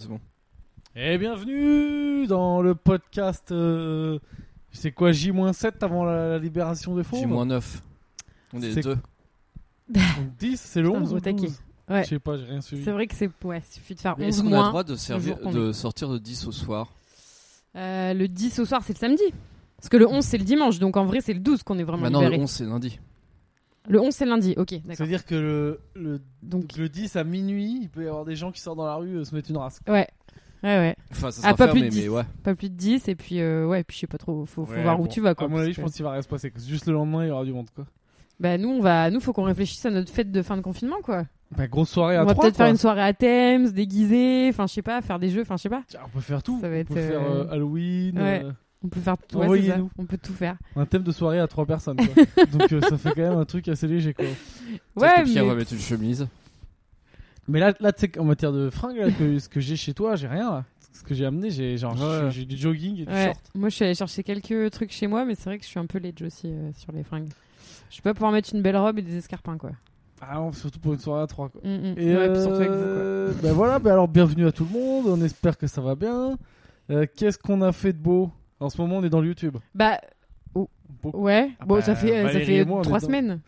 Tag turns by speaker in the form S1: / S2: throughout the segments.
S1: C'est bon.
S2: Et bienvenue dans le podcast. euh, c'est quoi J-7 avant la, la libération des fonds
S1: J-9. On est,
S2: C'est-
S1: deux.
S2: Donc 10, c'est le
S3: Putain,
S2: 11
S3: au
S2: ou
S3: taquet.
S2: 12
S3: Ouais.
S2: Je sais pas, j'ai rien suivi.
S3: C'est vrai que c'est. Ouais, suffit de faire
S1: Mais Est-ce
S3: 11
S1: qu'on a le
S3: mois.
S1: droit de, servir-
S3: jour qu'on
S1: de sortir de 10 au soir
S3: Euh, le 10 au soir, c'est le samedi. Parce que le 11, c'est le dimanche. Donc en vrai, c'est le 12 qu'on est vraiment
S1: Maintenant,
S3: libéré.
S1: Bah le 11, c'est lundi.
S3: Le 11, c'est le lundi. Ok, d'accord.
S2: C'est-à-dire que le, le,
S3: Donc.
S2: le 10 à minuit, il peut y avoir des gens qui sortent dans la rue euh, se mettent une race.
S3: Ouais. Ouais, ouais.
S1: Enfin, ça
S3: Ah,
S1: sera
S3: pas
S1: fermé,
S3: plus de 10.
S1: mais ouais.
S3: Pas plus de 10. Et puis, euh, ouais, puis je sais pas trop. Faut, faut
S2: Ouais,
S3: voir où
S2: bon.
S3: tu vas, quoi.
S2: à mon
S3: parce
S2: avis, je
S3: que-
S2: pense qu'il va rien se passer. que Juste le lendemain, il y aura du monde, quoi.
S3: Bah, nous, on va. Nous, faut qu'on réfléchisse à notre fête de fin de confinement, quoi.
S2: Bah, grosse soirée à
S3: on va
S2: 3.
S3: peut-être faire une soirée à thème, se déguiser. Enfin, je sais pas, faire des jeux. Enfin, je sais pas.
S2: on peut faire tout.
S3: Ça va être,
S2: on peut faire
S3: euh,
S2: euh, Halloween.
S3: ouais.
S2: euh,
S3: On peut faire tout. ouais, c'est
S2: Envoyez-nous.
S3: ça. On peut tout faire.
S2: un thème de soirée à 3 personnes, quoi. Donc euh, ça fait quand même un truc assez léger, quoi.
S3: Ouais,
S1: Peut-être que Pierre va
S3: mais.
S1: mettre une chemise.
S2: Mais là, là tu sais qu'en matière de fringues, là, que, ce que j'ai chez toi, j'ai rien. là. Ce que j'ai amené, j'ai genre
S1: Ouais.
S2: j'ai j'ai du jogging et du
S3: Ouais.
S2: short.
S3: Moi, je suis allée chercher quelques trucs chez moi, mais c'est vrai que je suis un peu ledge aussi euh, sur les fringues. Je vais pas pouvoir mettre une belle robe et des escarpins, quoi.
S2: Ah non, surtout pour une soirée à 3 quoi.
S3: Mm, mm.
S2: Et
S3: ouais, puis surtout avec vous, quoi.
S2: euh, ben voilà, ben alors bienvenue à tout le monde, on espère que ça va bien. Euh, Qu'est-ce qu'on a fait de beau En ce moment, on est dans le YouTube.
S3: Bah,
S2: oh. Beaucoup.
S3: ouais.
S2: Ah
S3: bon,
S2: bah,
S3: ça fait, euh, ça
S2: Valérie
S3: fait
S2: et moi, on est
S3: trois
S2: dans-
S3: semaines.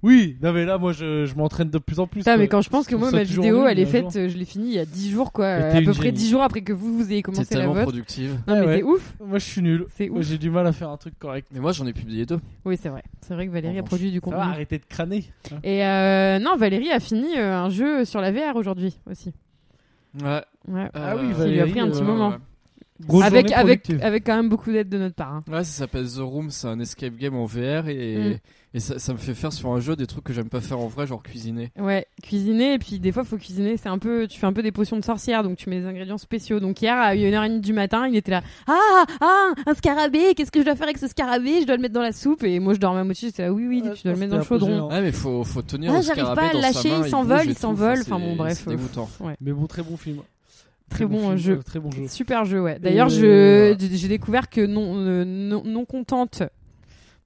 S2: Oui, non mais là, moi, je, je m'entraîne de plus en plus.
S3: Putain,
S2: quoi.
S3: mais quand je pense que
S2: trouve
S3: moi,
S2: ça
S3: ma
S2: toujours
S3: vidéo,
S2: nul,
S3: elle est
S2: mais
S3: faite,
S2: genre-
S3: euh, je l'ai finie il y a 10 jours, quoi.
S2: Mais
S3: euh,
S2: t'es
S3: À
S2: une
S3: peu près
S2: génie.
S3: 10 jours après que vous, vous ayez
S1: T'es
S3: commencé la
S1: tellement
S3: vôtre.
S1: productive.
S3: Non,
S2: Ah
S3: mais
S2: ouais.
S3: c'est ouf.
S2: Moi, je suis nul.
S3: C'est
S2: Moi,
S3: ouf.
S2: J'ai du mal à faire un truc correct.
S1: Mais moi, j'en ai publié deux.
S3: Oui, c'est vrai. C'est vrai que Valérie
S1: En
S3: a produit du
S2: Ça va,
S3: contenu.
S2: arrêtez de crâner. hein.
S3: Et euh, non, Valérie a fini euh, un jeu sur la VR aujourd'hui aussi.
S1: Ouais.
S3: Ouais.
S2: Ah oui,
S3: Qui lui a
S2: Valérie,
S3: pris un petit
S2: euh,
S3: moment.
S2: Grosse
S3: Avec,
S2: journée
S3: avec, ah
S2: productive.
S3: avec quand même beaucoup d'aide de notre part. hein.
S1: Ouais, ça s'appelle The Room, c'est un escape game en VR et,
S3: Mm.
S1: et ça, ça me fait faire sur un jeu des trucs que j'aime pas faire en vrai, genre cuisiner.
S3: Ouais, cuisiner et puis des fois faut cuisiner, c'est un peu tu fais un peu des potions de sorcière donc tu mets des ingrédients spéciaux. Donc hier à 1h30 du matin, il était là "Ah ah, un scarabée, qu'est-ce que je dois faire avec ce scarabée Je dois le mettre dans la soupe." Et moi je dormais à moitié, j'étais là "Oui oui,
S2: Ouais,
S3: tu dois le
S2: ça,
S3: mettre dans le
S2: Ah, c'était un peu
S3: chaudron."
S2: gênant.
S1: Ouais, mais faut, faut tenir
S3: Ah,
S1: le
S3: j'arrive
S1: scarabée
S3: pas à le
S1: dans sa
S3: lâcher,
S1: main,
S3: il
S1: il
S3: s'envole,
S1: bouge et
S3: il
S1: tout,
S3: s'envole.
S1: c'est-
S3: Enfin, bon, bref.
S1: C'est dégoûtant.
S2: Mais bon, très bon film.
S3: Très bon,
S2: film,
S3: euh, jeu.
S2: euh, Très bon jeu.
S3: Super jeu, ouais. D'ailleurs, je
S2: Euh,
S3: j'ai j'ai découvert que non, euh, non, non contente,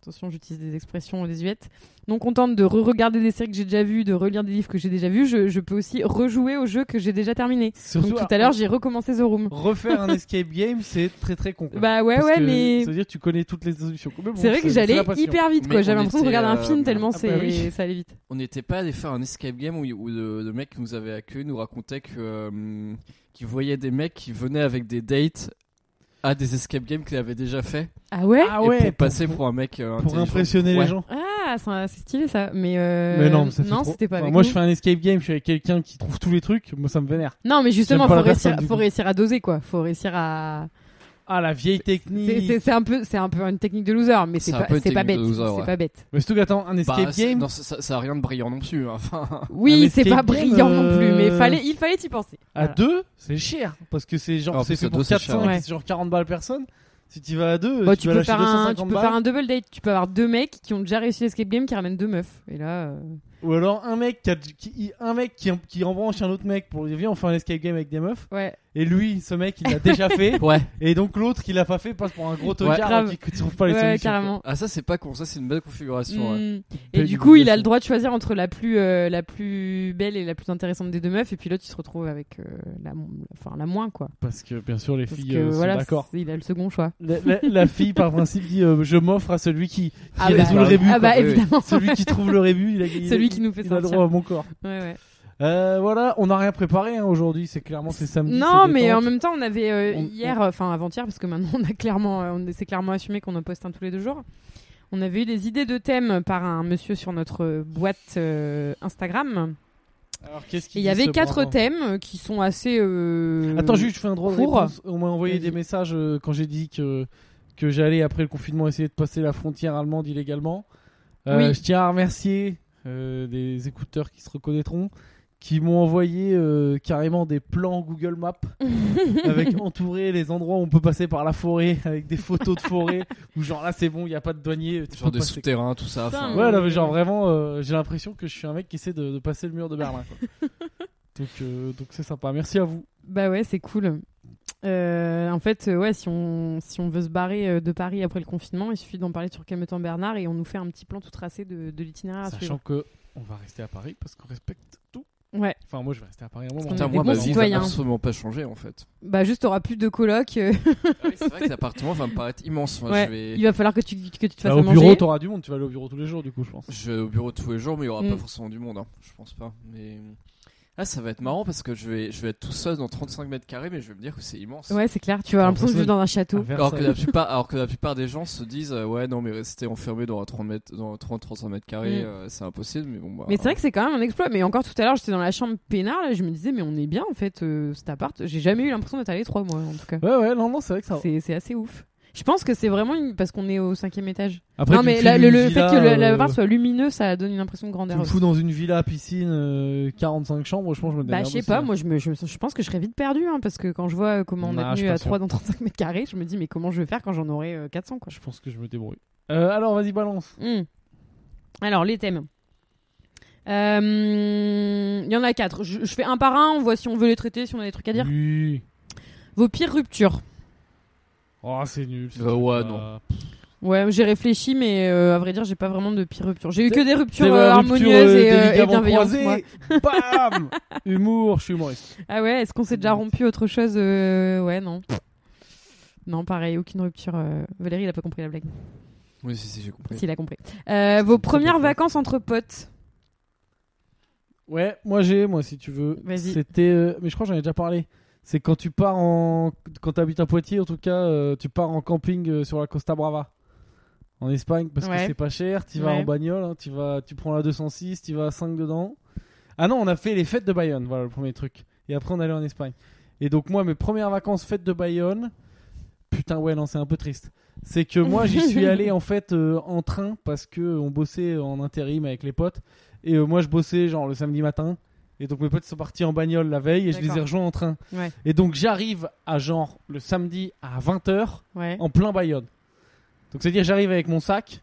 S3: attention, j'utilise des expressions désuètes, non contente de re-regarder des séries que j'ai déjà vues, de relire des livres que j'ai déjà vus, je, je peux aussi rejouer aux jeux que j'ai déjà terminés.
S2: Surtout,
S3: Donc tout à l'heure, j'ai recommencé The Room.
S2: refaire un escape game, c'est très très con. quoi.
S3: Bah ouais,
S2: Parce
S3: ouais,
S2: que
S3: mais
S2: Ça veut dire que tu connais toutes les solutions. Mais bon,
S3: c'est vrai que j'allais
S2: la passion.
S3: hyper vite,
S1: Mais
S3: quoi.
S1: on
S3: J'avais l'impression de
S1: était,
S3: regarder un
S1: euh,
S3: film tellement
S2: ah bah
S3: c'est
S2: oui.
S3: ça allait vite.
S1: On n'était pas allé faire un escape game où, où le, le mec qui nous avait accueillis nous racontait que euh, qu'il voyait des mecs qui venaient avec des dates à des escape games qu'il avait déjà fait
S3: Ah ouais
S2: Ah
S1: et
S2: ouais,
S1: pour passer pour, un mec euh,
S2: pour
S1: intelligent.
S2: impressionner
S1: Ouais.
S2: les gens.
S3: Ah, ça- c'est stylé ça. Mais, euh,
S2: Mais non, mais ça fait trop.
S3: c'était pas
S2: Enfin,
S3: avec
S2: moi,
S3: nous.
S2: je fais un escape game, je suis avec quelqu'un qui trouve tous les trucs, moi ça me vénère.
S3: Non, mais justement,
S2: J'aime pas
S3: faut
S2: la personne,
S3: réussir,
S2: du
S3: faut
S2: coup.
S3: réussir à doser, quoi. Faut réussir à.
S2: Ah, la vieille technique.
S3: C'est- C'est c'est un peu, c'est un peu une technique de loser, mais
S1: C'est
S3: c'est
S1: un
S3: pas,
S1: peu une
S3: c'est pas
S1: technique
S3: bête.
S1: de loser, ouais.
S3: C'est pas bête.
S2: Mais surtout qu'attends, un
S1: Bah,
S2: escape
S1: c'est-
S2: game.
S1: non, ça, ça- ça a rien de brillant non plus. hein. Enfin,
S2: Ah, mais
S3: Oui, c'est
S2: escape
S3: pas
S2: game,
S3: brillant non plus, mais
S2: euh,
S3: fallait, il fallait y penser.
S2: À
S3: Voilà.
S2: deux, c'est cher. Parce que c'est
S1: Ah, en
S2: genre, c'est
S1: plus, à
S2: fait
S1: deux,
S2: pour
S1: c'est
S2: 400
S1: cher.
S2: et c'est genre 40 balles personne. Si tu vas à deux,
S3: Bah,
S2: tu,
S3: tu,
S2: vas
S3: peux
S2: lâcher
S3: faire un,
S2: 250
S3: tu peux
S2: balles.
S3: faire un double date. Tu peux avoir deux mecs qui ont déjà réussi l'escape game, qui ramènent deux meufs. Et là, euh,
S2: Ou alors un mec qui, a- qui- un mec qui, qui embranche un autre mec pour lui dire, viens, on fait un escape game avec des meufs.
S3: ouais.
S2: Et lui, ce mec, il l'a déjà fait.
S1: ouais.
S2: Et donc l'autre qui l'a pas fait passe pour un gros tocard
S3: grave.
S2: qui ne trouve pas les
S3: Ouais,
S2: solutions.
S3: carrément.
S1: Ah ça c'est pas con, ça c'est une belle configuration. ouais.
S3: Mm. Et
S2: Belle
S3: du coup, il a
S2: obligation.
S3: le droit de choisir entre la plus, euh, la plus belle et la plus intéressante des deux meufs, et puis l'autre, il se retrouve avec euh, la, enfin, la moins, quoi.
S2: Parce que bien sûr les
S3: Parce
S2: filles
S3: que
S2: euh, sont
S3: voilà,
S2: d'accord.
S3: c'est- il a le second choix.
S2: La, la- la fille par principe dit euh, je m'offre à celui qui, qui résout le
S1: bah,
S2: rébut.
S3: ah bah,
S1: quoi. Oui, oui.
S3: évidemment.
S2: Celui qui trouve le rébut, il a il-
S3: Celui qui nous fait
S2: il a le
S3: sortir.
S2: droit à mon corps.
S3: Ouais, ouais.
S2: Euh, voilà, on n'a rien préparé hein, aujourd'hui, c'est clairement c'est samedi.
S3: Non,
S2: c'est
S3: mais en
S2: détente.
S3: même temps, on avait euh,
S2: On-
S3: hier, enfin avant-hier, parce que maintenant on a clairement, euh, on s'est clairement assumé qu'on en poste un tous les deux jours. On avait eu des idées de thèmes par un monsieur sur notre boîte euh, Instagram.
S2: Alors, qu'est-ce
S3: Et
S2: qu'il
S3: il y
S2: dit,
S3: avait
S2: ce
S3: quatre
S2: brave
S3: thèmes euh, qui sont assez. euh,
S2: Attends, juste je fais un droit de
S3: Cours.
S2: réponse. On m'a envoyé
S3: Vas-y.
S2: des messages euh, quand j'ai dit que que j'allais après le confinement essayer de passer la frontière allemande illégalement. Euh,
S3: Oui.
S2: Je tiens à remercier euh, des écouteurs qui se reconnaîtront, qui m'ont envoyé euh, carrément des plans Google Maps avec entouré les endroits où on peut passer par la forêt avec des photos de forêt où genre là c'est bon, il n'y a pas de douanier, tu
S1: Genre
S2: peux
S1: des
S2: passer.
S1: souterrains, tout ça.
S3: Putain,
S1: enfin,
S2: Ouais, non, mais genre vraiment, euh, j'ai l'impression que je suis un mec qui essaie de, de passer le mur de Berlin. quoi. donc euh, donc c'est sympa. Merci à vous.
S3: Bah ouais, c'est cool. Euh, en fait, euh, ouais, si on, si on veut se barrer euh, de Paris après le confinement, il suffit d'en parler sur Cameton Bernard et on nous fait un petit plan tout tracé de, de l'itinéraire à
S2: Sachant
S3: suivre.
S2: que on va rester à Paris parce qu'on respecte tout
S3: Ouais.
S2: Enfin, moi, bah, je vais rester à Paris un moment.
S3: Parce
S1: Putain,
S3: qu'on est
S1: moi,
S3: des
S1: ma
S3: bons
S1: vie
S3: citoyens.
S1: va absolument pas changer en fait.
S3: Bah juste t'auras plus de coloc. euh,
S1: Ah c'est vrai que l'appartement va me paraître immense. Moi,
S3: Ouais.
S1: je, vais...
S3: il va falloir que tu que tu te fasses
S2: Bah,
S3: à
S2: au
S3: manger.
S2: bureau, t'auras du monde. Tu vas aller au bureau tous les jours, du coup, je pense.
S1: je vais au bureau tous les jours, mais il y aura
S3: Mm.
S1: pas forcément du monde. hein. Je pense pas. Mais ah, ça va être marrant parce que je vais, je vais être tout seul dans 35 mètres carrés, mais je vais me dire que c'est immense.
S3: ouais c'est clair. Tu vas
S2: Ah,
S3: avoir l'impression de vivre dans un château.
S1: Alors que, la plupart, alors que la plupart des gens se disent euh, ouais non mais rester enfermé dans 30 mètres dans 30 35 mètres carrés
S3: Mm.
S1: euh, c'est impossible mais
S2: Ah,
S1: bon bah
S3: Mais c'est vrai que c'est quand même un exploit. Mais encore tout à l'heure, j'étais dans la chambre peinard, là, je me disais, mais on est bien en fait, euh, cet appart. J'ai jamais eu l'impression d'être allé trois mois en tout cas.
S2: Ouais, ouais, non, non, c'est vrai que ça.
S3: C'est c'est assez ouf. Je pense que c'est vraiment une... parce qu'on est au cinquième étage.
S2: Après,
S3: non,
S2: tu
S3: mais
S2: me
S3: la-
S2: fous
S3: le,
S2: une
S3: le fait
S2: villa,
S3: que le-
S2: euh,
S3: l'appart soit lumineux, ça donne une impression de
S2: Tu
S3: grandeur.
S2: me
S3: aussi.
S2: fous dans une villa, piscine, euh, 45 chambres, je pense, que je me
S3: Bah,
S2: démerde
S3: je sais
S2: aussi,
S3: pas,
S2: hein.
S3: moi je, me, je, me sens- je pense que je serais vite perdu hein, parce que quand je vois euh, comment on
S2: Nah, je
S3: est
S2: suis
S3: tenu
S2: pas
S3: à
S2: sûr.
S3: 3 dans 35 mètres carrés, je me dis, mais comment je vais faire quand j'en aurai euh, 400 quoi.
S2: Je pense que je me débrouille. Euh, alors, vas-y, balance.
S3: Hmm. Alors, les thèmes. Euh, Il y en a 4. Je, je fais un par un, on voit si on veut les traiter, si on a des trucs à dire.
S2: Mmh. Oui.
S3: Vos pires ruptures.
S2: Oh, c'est nul. ce
S1: Euh,
S2: truc-là.
S1: ouais, non.
S3: Ouais, j'ai réfléchi, mais euh, à vrai dire, j'ai pas vraiment de pires ruptures. J'ai eu
S2: T'es-
S3: que des ruptures
S2: C'est
S3: euh,
S2: ma rupture,
S3: harmonieuses
S2: euh,
S3: et,
S2: des
S3: euh, et
S2: ligaments
S3: bienveillantes.
S2: croisés.
S3: moi.
S2: Bam Humour, je suis humoriste.
S3: Ah ouais, est-ce qu'on s'est déjà rompu autre chose euh, Ouais, non. Non, pareil, aucune rupture. euh. Valérie, il a pas compris la blague.
S1: oui si si j'ai compris
S3: S'il a compris. Euh, vos premières vacances entre potes.
S2: Ouais, moi j'ai, moi si tu veux.
S3: Vas-y.
S2: C'était, euh, mais je crois que j'en ai déjà parlé. C'est quand tu pars en, quand t'habites à Poitiers, en tout cas, euh, tu pars en camping euh, sur la Costa Brava, en Espagne, parce
S3: Ouais.
S2: que c'est pas cher. Tu vas
S3: Ouais.
S2: en bagnole, hein, tu vas, tu prends la 206, tu vas à 5 dedans. Ah non, on a fait les fêtes de Bayonne, voilà le premier truc. Et après on allait en Espagne. Et donc moi, mes premières vacances fêtes de Bayonne. Putain ouais, non, c'est un peu triste. C'est que moi, j'y suis allé en fait euh, en train parce que euh, on bossait en intérim avec les potes. Et euh, moi, je bossais genre le samedi matin. Et donc mes potes sont partis en bagnole la veille et je les ai
S3: D'accord.
S2: rejoints en train.
S3: Ouais.
S2: Et donc j'arrive à genre le samedi à 20h
S3: Ouais.
S2: en plein Bayonne. Donc c'est-à-dire j'arrive avec mon sac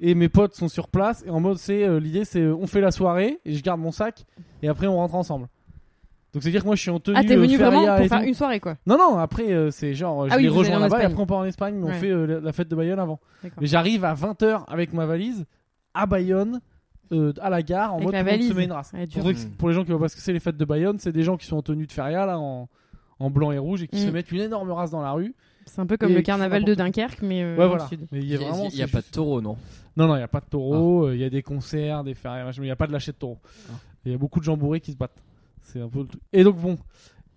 S2: et mes potes sont sur place et en mode c'est euh, l'idée c'est euh, on fait la soirée et je garde mon sac et après on rentre ensemble. Donc c'est-à dire que moi je suis en tenue
S3: Ah, t'es
S2: euh,
S3: venu
S2: feria
S3: vraiment pour
S2: et
S3: faire
S2: tout.
S3: une soirée, quoi.
S2: Non non, après euh, c'est genre euh, je
S3: Ah oui,
S2: les
S3: vous allez
S2: rejoins
S3: en
S2: là-bas et
S3: Espagne.
S2: après on part en Espagne mais
S3: Ouais.
S2: on fait euh, la- la fête de Bayonne avant.
S3: D'accord.
S2: Mais j'arrive à 20h avec ma valise à Bayonne, euh, à la gare, en
S3: Avec
S2: mode
S3: la
S2: tout le monde
S3: valise.
S2: se met une race.
S3: Ouais,
S2: pour,
S3: dur.
S2: ceux qui- pour les gens qui voient pas ce que c'est les fêtes de Bayonne, c'est des gens qui sont en tenue de feria, là, en, en blanc et rouge, et qui
S3: Mm.
S2: se mettent une énorme race dans la rue.
S3: C'est un peu comme
S2: Et
S3: le
S2: qui font
S3: carnaval de
S2: n'importe
S3: Dunkerque, mais euh, dans
S2: ouais,
S3: le
S2: voilà.
S3: sud.
S2: Mais il
S1: il
S2: y a vraiment.
S1: n'y a,
S2: c'est
S1: pas de
S2: juste-
S1: taureau non Ah,
S2: Non, non, il n'y a pas de taureau, euh, il y a des concerts, des ferias, machin, mais il n'y a pas de lâcher de taureau.
S1: Ah.
S2: Et Il y a beaucoup de gens bourrés qui se battent. C'est un peu le truc. Et donc, bon.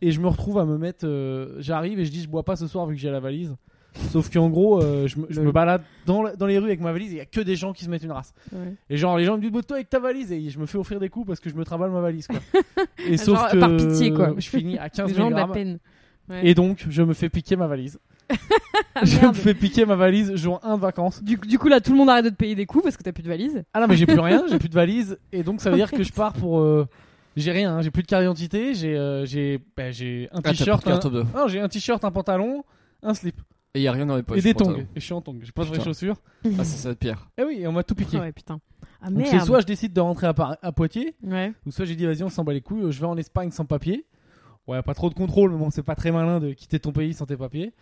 S2: Et je me retrouve à me mettre. euh, J'arrive et je dis, je bois pas ce soir vu que j'ai la valise. Sauf qu'en gros, euh, je, me, je me balade dans, la- dans les rues avec ma valise et il y a que des gens qui se mettent une race.
S3: Ouais.
S2: Et genre, les gens me disent, Bah, toi avec ta valise, et je me fais offrir des coups parce que je me travaille ma valise, quoi. et
S3: Genre, par pitié, quoi.
S2: Je finis à 15
S3: Les
S2: 000
S3: gens de la
S2: grammes.
S3: peine. Ouais.
S2: Et donc, je me fais piquer ma valise. je me
S3: merde.
S2: fais piquer ma valise jour 1 de vacances.
S3: Du, du coup, là, tout le monde arrête de te payer des coups parce que t'as plus de valise.
S2: Ah non, mais j'ai plus rien, j'ai plus de valise. Et donc, ça veut dire que je pars pour. euh, j'ai rien, hein, j'ai plus de carte d'identité, j'ai euh, j'ai bah, j'ai un
S1: ah, t'as plus
S2: t-shirt.
S1: de carte
S2: un-
S1: bleue.
S2: Non, j'ai un t-shirt, un pantalon, un slip.
S1: et il y a rien dans les poches
S2: et des
S1: pour
S2: tongs. Et je suis en tongs, j'ai pas de vraies
S1: Putain.
S2: chaussures.
S1: toi. ah c'est ça de pire
S2: Eh oui, et on m'a tout piqué.
S3: Ah ouais, putain. Ah
S2: donc,
S3: merde.
S2: c'est soit je décide de rentrer à, Par- à Poitiers.
S3: Ouais.
S2: Ou soit j'ai dit vas-y on s'en bat les couilles, je vais en Espagne sans papier. Ouais, pas trop de contrôle, mais bon, c'est pas très malin de quitter ton pays sans tes papiers.